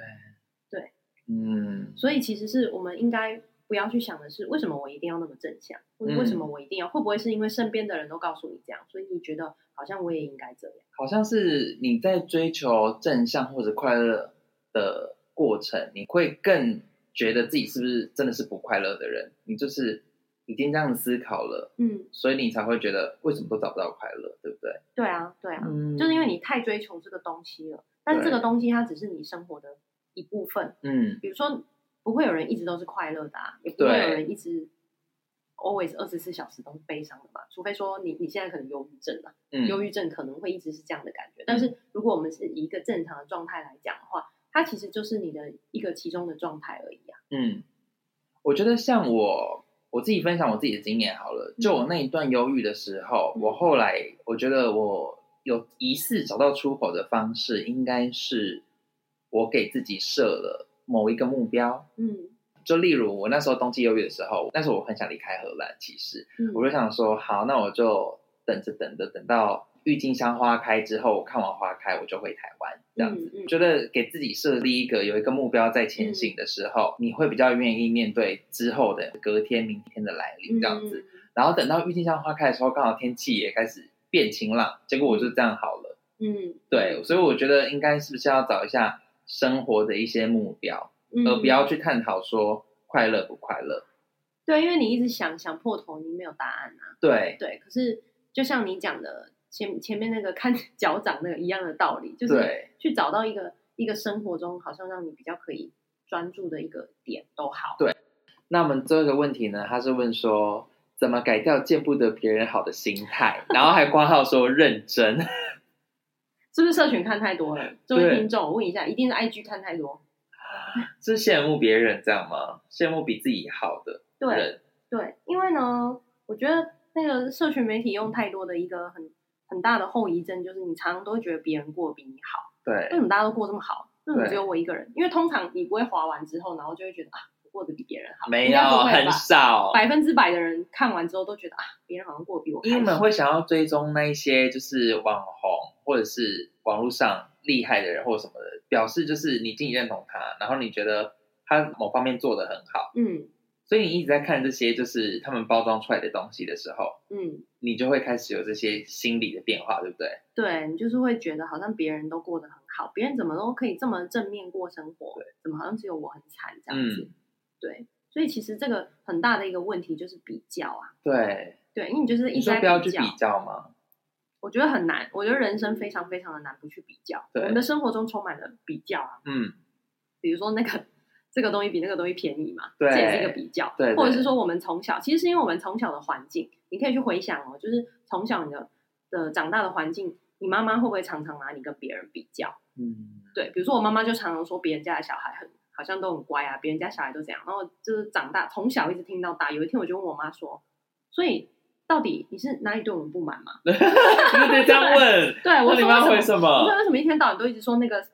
C: 对，
B: 嗯，
C: 所以其实是我们应该不要去想的是，为什么我一定要那么正向，或者
B: 嗯
C: 为什么我一定要，会不会是因为身边的人都告诉你这样，所以你觉得好像我也应该这样？
B: 好像是你在追求正向或者快乐的过程，你会更觉得自己是不是真的是不快乐的人，你就是已经这样思考了，
C: 嗯，
B: 所以你才会觉得为什么都找不到快乐，对不对？
C: 对啊，对啊，
B: 嗯
C: 就是因为你太追求这个东西了，但是这个东西它只是你生活的一部分。
B: 嗯，
C: 比如说，不会有人一直都是快乐的啊，也不会
B: 对
C: 有人一直 always 二十四小时都是悲伤的嘛，除非说你你现在可能忧郁症啊。
B: 嗯
C: 忧郁症可能会一直是这样的感觉。但是如果我们是以一个正常的状态来讲的话，它其实就是你的一个其中的状态而已啊。
B: 嗯，我觉得像我我自己分享我自己的经验好了，就我那一段忧郁的时候，
C: 嗯
B: 我后来我觉得我有疑似找到出口的方式，应该是我给自己设了某一个目标。
C: 嗯，
B: 就例如我那时候冬季忧郁的时候，那时候我很想离开荷兰，其实
C: 嗯
B: 我就想说，好，那我就等着等着，等到郁金香花开之后，我看完花开，我就回台湾这样子。
C: 嗯嗯
B: 觉得给自己设立一个有一个目标在前行的时候，你会比较愿意面对之后的隔天、明天的来临这样
C: 嗯
B: 子。，然后等到郁金香花开的时候，刚好天气也开始变晴朗，结果我就这样好了。
C: 嗯，
B: 对，所以我觉得应该是不是要找一下生活的一些目标，
C: 嗯，
B: 而不要去探讨说快乐不快乐。
C: 对，因为你一直想想破头，你没有答案啊。
B: 对
C: 对，可是就像你讲的前前面那个看脚掌那个一样的道理，就是
B: 对
C: 去找到一个一个生活中好像让你比较可以专注的一个点都好。
B: 那我们最后一个问题呢，他是问说怎么改掉见不得别人好的心态， 然后还括号说认真。
C: 是不是社群看太多了？这位
B: 对
C: 听众，我问一下，一定是 IG 看太多？
B: 是羡慕别人这样吗？羡慕比自己好的
C: 对
B: 人，
C: 对，因为呢，我觉得那个社群媒体用太多的一个很很大的后遗症，就是你常常都会觉得别人过得比你好，为
B: 对
C: 什么大家都过这么好？为什么
B: 对
C: 只有我一个人？因为通常你不会划完之后，然后就会觉得啊，我过得比别人好，
B: 没
C: 应
B: 有
C: 该不会
B: 很
C: 吧？
B: 少。
C: 百分之百的人看完之后都觉得啊，别人好像过得比我开
B: 因为
C: 心
B: 你。们会想要追踪那一些就是网红或者是网络上厉害的人或什么的，表示就是你自己认同他，然后你觉得他某方面做的很好，
C: 嗯
B: 所以你一直在看这些就是他们包装出来的东西的时候，
C: 嗯，
B: 你就会开始有这些心理的变化，对不对？
C: 对你就是会觉得好像别人都过得很好，别人怎么都可以这么正面过生活，怎么好像只有我很惨这样子？
B: 嗯
C: 对，所以其实这个很大的一个问题就是比较啊。
B: 对，
C: 对，因为你就是一
B: 你
C: 直
B: 说
C: 在
B: 不要去比较吗？
C: 我觉得很难，我觉得人生非常非常的难不去比较。我
B: 对
C: 们的生活中充满了比较啊，
B: 嗯，
C: 比如说那个这个东西比那个东西便宜嘛，
B: 对
C: 这也是一个比较。
B: 对对
C: 或者是说我们从小，其实是因为我们从小的环境，你可以去回想哦，就是从小你的的长大的环境，你妈妈会不会常常拿你跟别人比较？
B: 嗯，
C: 对，比如说我妈妈就常常说别人家的小孩很好像都很乖啊，别人家小孩都这样，然后就是长大从小一直听到大。有一天我就问我妈说，所以到底你是哪里对我们不满吗？
B: 你得这样问，
C: 对， 啊我
B: 那你
C: 说
B: 妈
C: 为
B: 回
C: 什么？
B: 什
C: 我
B: 么
C: 说？为什么一天到晚都一直说那个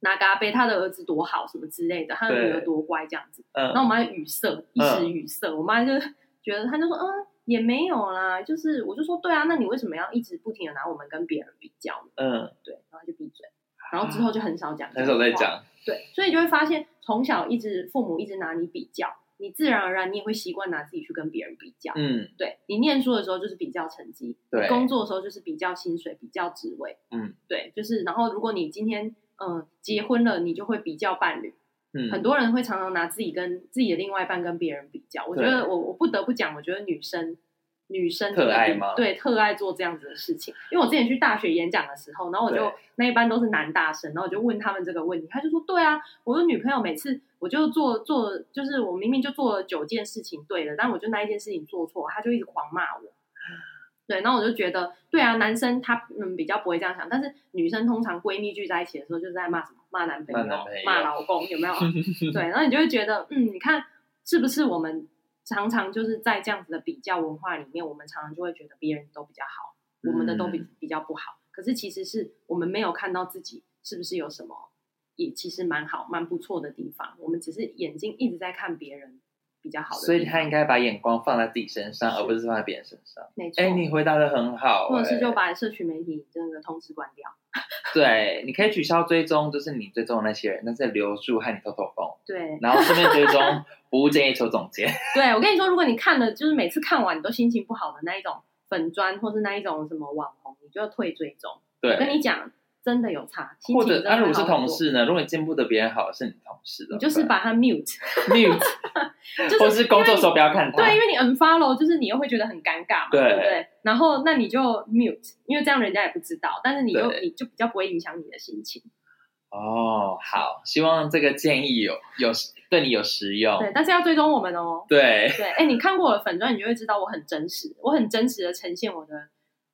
C: 拿嘎贝他的儿子多好什么之类的，他的女儿
B: 对
C: 多乖这样子。然后
B: 嗯，
C: 我妈就语塞，一时语塞。我妈就觉得，她就说，嗯，也没有啦，就是我就说，对啊，那你为什么要一直不停的拿我们跟别人比较呢？
B: 嗯，
C: 对，然后她就闭嘴，然后之后就很少讲，
B: 很少在
C: 这种话
B: 讲，
C: 对，所以就会发现，从小一直父母一直拿你比较，你自然而然你也会习惯拿自己去跟别人比较。
B: 嗯
C: 对你念书的时候就是比较成绩，
B: 对
C: 你工作的时候就是比较薪水、比较职位，
B: 嗯，
C: 对，就是然后如果你今天嗯、呃结婚了，你就会比较伴侣，很
B: 嗯，
C: 多人会常常拿自己跟自己的另外一半跟别人比较。我觉
B: 对
C: 得我我不得不讲，我觉得女生女生真
B: 特
C: 的
B: 爱
C: 比
B: 吗
C: 对，特爱做这样子的事情。因为我之前去大学演讲的时候，然后我就
B: 对
C: 那一班都是男大生，然后我就问他们这个问题，他就说：“对啊，我的女朋友每次我就做做，就是我明明就做了九件事情对的，但我就那一件事情做错，他就一直狂骂我。”对，然后我就觉得，对啊，男生他嗯比较不会这样想，但是女生通常闺蜜聚在一起的时候，就是在骂什么，骂男朋
B: 骂
C: 友
B: 男朋友、
C: 骂老公，有没有？对，然后你就会觉得，嗯，你看是不是我们常常就是在这样子的比较文化里面，我们常常就会觉得别人都比较好，我们的都比
B: 嗯
C: 比较不好。可是其实是我们没有看到自己是不是有什么也其实蛮好、蛮不错的地方，我们只是眼睛一直在看别人比较好的地方，
B: 所以他应该把眼光放在自己身上，
C: 是
B: 而不是放在别人身上。
C: 没错，
B: 哎、你回答的很好、
C: 或者是
B: 哎
C: 就把社群媒体这个通知关掉，
B: 对，你可以取消追踪，就是你追踪的那些人，但是留住和你透透风，
C: 对。
B: 然后顺便追踪服务建议邱总监。
C: 对，我跟你说，如果你看了，就是每次看完你都心情不好的那一种粉砖，或是那一种什么网红，你就退追踪。我跟
B: 对，
C: 你讲，真的有差。心
B: 或
C: 情
B: 者
C: 真的
B: 那、如
C: 会
B: 果是
C: 好很
B: 同
C: 多，
B: 事呢？如果你见不得别人好，是你同事的，
C: 你就是把它 mute，
B: mute，
C: 就是
B: 或是工作的时候
C: 因为
B: 不要看
C: 你
B: 他。
C: 对，因为你 unfollow，就是你又会觉得很尴尬嘛，
B: 对
C: 对不对？然后那你就 mute，因为这样人家也不知道，但是你就
B: 对
C: 你就比较不会影响你的心情。
B: 哦，好，希望这个建议有有对你有实
C: 对，
B: 用。
C: 但是要追踪我们哦。
B: 对，
C: 对，哎，你看过我的粉砖，你就会知道我很真实，我很真实的呈现我的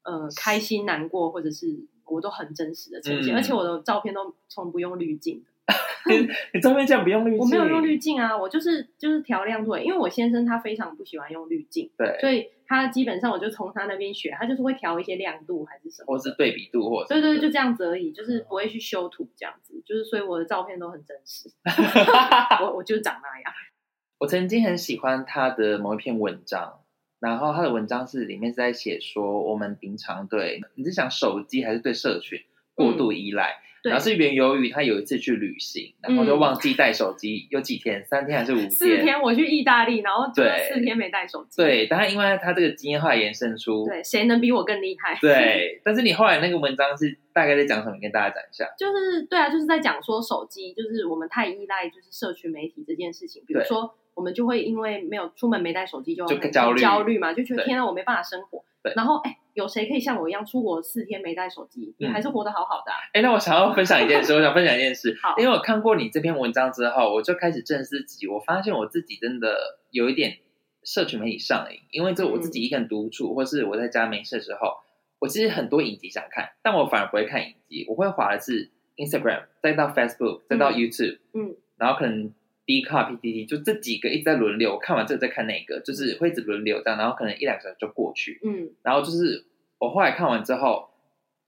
C: 呃开心、难过，或者是我都很真实的呈现，
B: 嗯
C: 而且我的照片都从不用滤镜的，
B: 你照片这样不用滤镜，
C: 我没有用滤，镜啊，我就是就是调亮度，因为我先生他非常不喜欢用滤镜，
B: 对，
C: 所以他基本上我就从他那边学，他就是会调一些亮度还是什么
B: 或
C: 的，
B: 是对比度，或者
C: 对对，就这样子而已，就是不会去修图这样子，就是所以我的照片都很真 实，我我就是长那样，
B: 我曾经很喜欢他的某一篇文章，然后他的文章是里面是在写说，我们平常对你是想手机还是对社群过度依赖，
C: 嗯对
B: 然后是源由于他有一次去旅行，然后就忘记带手机，有几天，三天还是五
C: 嗯四天我去意大利，然后就
B: 对
C: 四天没带手机，
B: 对，但他因为他这个经验后来延伸出，
C: 对，谁能比我更 厉害？
B: 对，但是你后来那个文章是大概在讲什么？你跟大家讲一下。
C: 就是对啊，就是在讲说手机，就是我们太依赖就是社群媒体这件事情。比如
B: 对
C: 说我们就会因为没有出门没带手机就
B: 就
C: 很
B: 焦虑
C: 焦虑嘛，就觉得
B: 对
C: 天啊，我没办法生活
B: 对。
C: 然后哎，有谁可以像我一样出国四天没带手机，也
B: 嗯
C: 还是活得好好的啊、
B: 哎，那我想要分享一件 事，我想分享一件事
C: 好，
B: 因为我看过你这篇文章之后，我就开始正视自己，我发现我自己真的有一点社群媒体上瘾，因为这我自己一个人独处，或是我在家没事的时候，我其实很多影集想看，但我反而不会看影集，我会划的是 Instagram，再到 Facebook，再到
C: 嗯
B: YouTube，
C: 嗯，
B: 然后可能 D 卡 PTT 就这几个一直在轮流，我看完这个再看那个，就是会一直轮流这样，然后可能一两个小时就过去，
C: 嗯，
B: 然后就是我后来看完之后，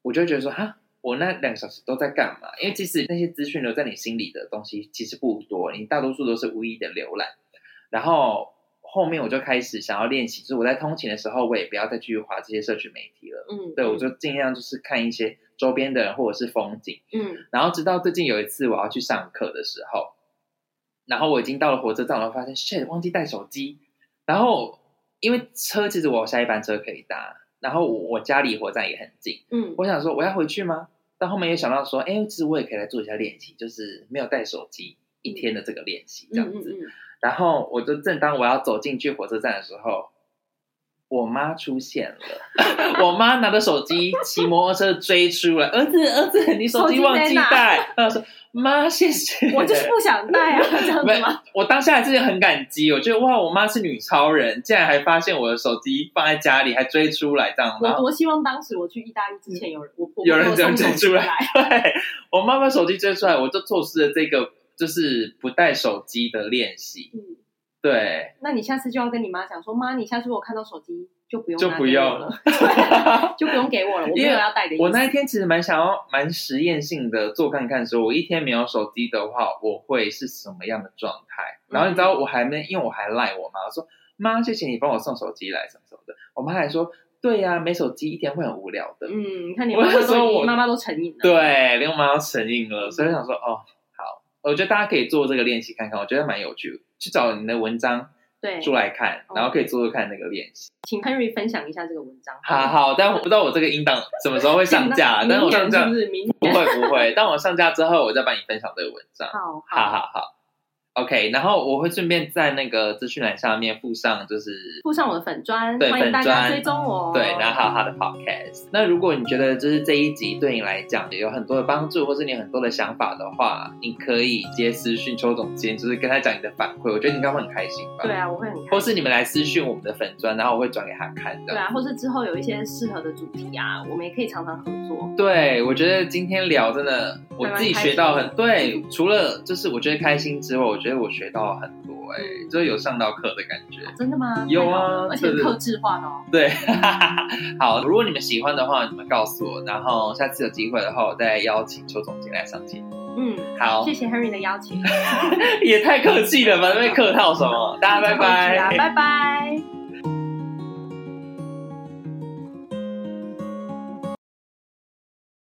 B: 我就会觉得说，哈，我那两个小时都在干嘛？因为其实那些资讯留在你心里的东西其实不多，你大多数都是无意义的浏览。然后后面我就开始想要练习，就是我在通勤的时候，我也不要再继续划这些社群媒体了。
C: 嗯，
B: 对，我就尽量就是看一些周边的人或者是风景。
C: 嗯
B: 然后直到最近有一次我要去上课的时候，然后我已经到了火车站，我发现 shit 忘记带手机。然后因为车其实我有下一班车可以搭，然后我我家离火车站也很近，
C: 嗯
B: 我想说我要回去吗？但后面也想到说，哎，其实我也可以来做一下练习，就是没有带手机一天的这个练习这样子。
C: 嗯嗯嗯
B: 然后我就正当我要走进去火车站的时候，我妈出现了。我妈拿着手机骑摩托车追出来，儿子儿子，你手机忘记带。然后说妈，谢谢。
C: 我就是不想带啊，这样子吗？
B: 我当下真的很感激，我觉得哇，我妈是女超人，竟然还发现我的手机放在家里，还追出来这样。
C: 我
B: 然后
C: 多希望当时我去意大利之前有人，我我
B: 有人
C: 这
B: 这样
C: 样
B: 追出来，对我妈妈手机追出来，我就错失了这个就是不带手机的练习。
C: 嗯，
B: 对，
C: 那你下次就要跟你妈讲说，妈，你下次如果看到手机就不用
B: 就
C: 拿
B: 不
C: 给我
B: 要
C: 了，对 就不用给我了，我没
B: 因
C: 有
B: 为
C: 要带的意思。
B: 我那一天其实蛮想要蛮实验性的做看看说我一天没有手机的话，我会是什么样的状态。
C: 嗯
B: 然后你知道我还没，因为我还赖我妈，我说妈，谢谢你帮我送手机来什么什么的。我妈还说，对呀、没手机一天会很无聊的。
C: 嗯，你看你
B: 我
C: 妈妈
B: 那时候
C: 都
B: 我
C: 妈妈都成瘾了，
B: 对，连我妈都成瘾了，所以我想说哦，好，我觉得大家可以做这个练习看看，我觉得蛮有趣的。去找你的文章
C: 对
B: 出来看，
C: 哦
B: 然后可以做做看那个练习。
C: 请 Henry 分享一下这个文章。
B: 好好，但我不知道我这个音档什么时候会上 架，但是我上
C: 明年
B: 架
C: 是不是明
B: 不会不会，但我上架之后，我再帮你分享这个文章。
C: 好
B: 好好好，OK。然后我会顺便在那个资讯栏下面附上，就是
C: 附上我的粉砖，
B: 对
C: 欢迎大
B: 粉
C: 家
B: 砖
C: 追踪我。哦
B: 对，然后还有他的 Podcast。那如果你觉得就是这一集对你来讲有很多的帮助，或是你有很多的想法的话，你可以直接私讯邱总监，就是跟他讲你的反馈。我觉得你应该会很开心吧？
C: 对。啊，我会很开
B: 或
C: 心。
B: 是你们来私讯我们的粉砖，然后我会转给他看
C: 对
B: 的。
C: 啊，或是之后有一些适合的主题啊，我们也可以常常合作。
B: 对，我觉得今天聊真的，我
C: 嗯还蛮
B: 自己
C: 开
B: 学
C: 心
B: 到
C: 的
B: 很对。除了就是我觉得开心之外，我觉得我学到很多、欸，
C: 嗯
B: 哎，就是有上到课的感觉。
C: 真的吗？
B: 有啊
C: 太好了而且
B: 对对
C: 特制化的哦。
B: 对， 好，如果你们喜欢的话，你们告诉我，然后下次有机会的话，我再邀请邱总监来上节目。
C: 嗯，
B: 好，
C: 谢谢 Henry 的邀请，
B: 也太客气了吧，那边客套什么？大家拜
C: 客气啊
B: 拜。
C: 拜拜。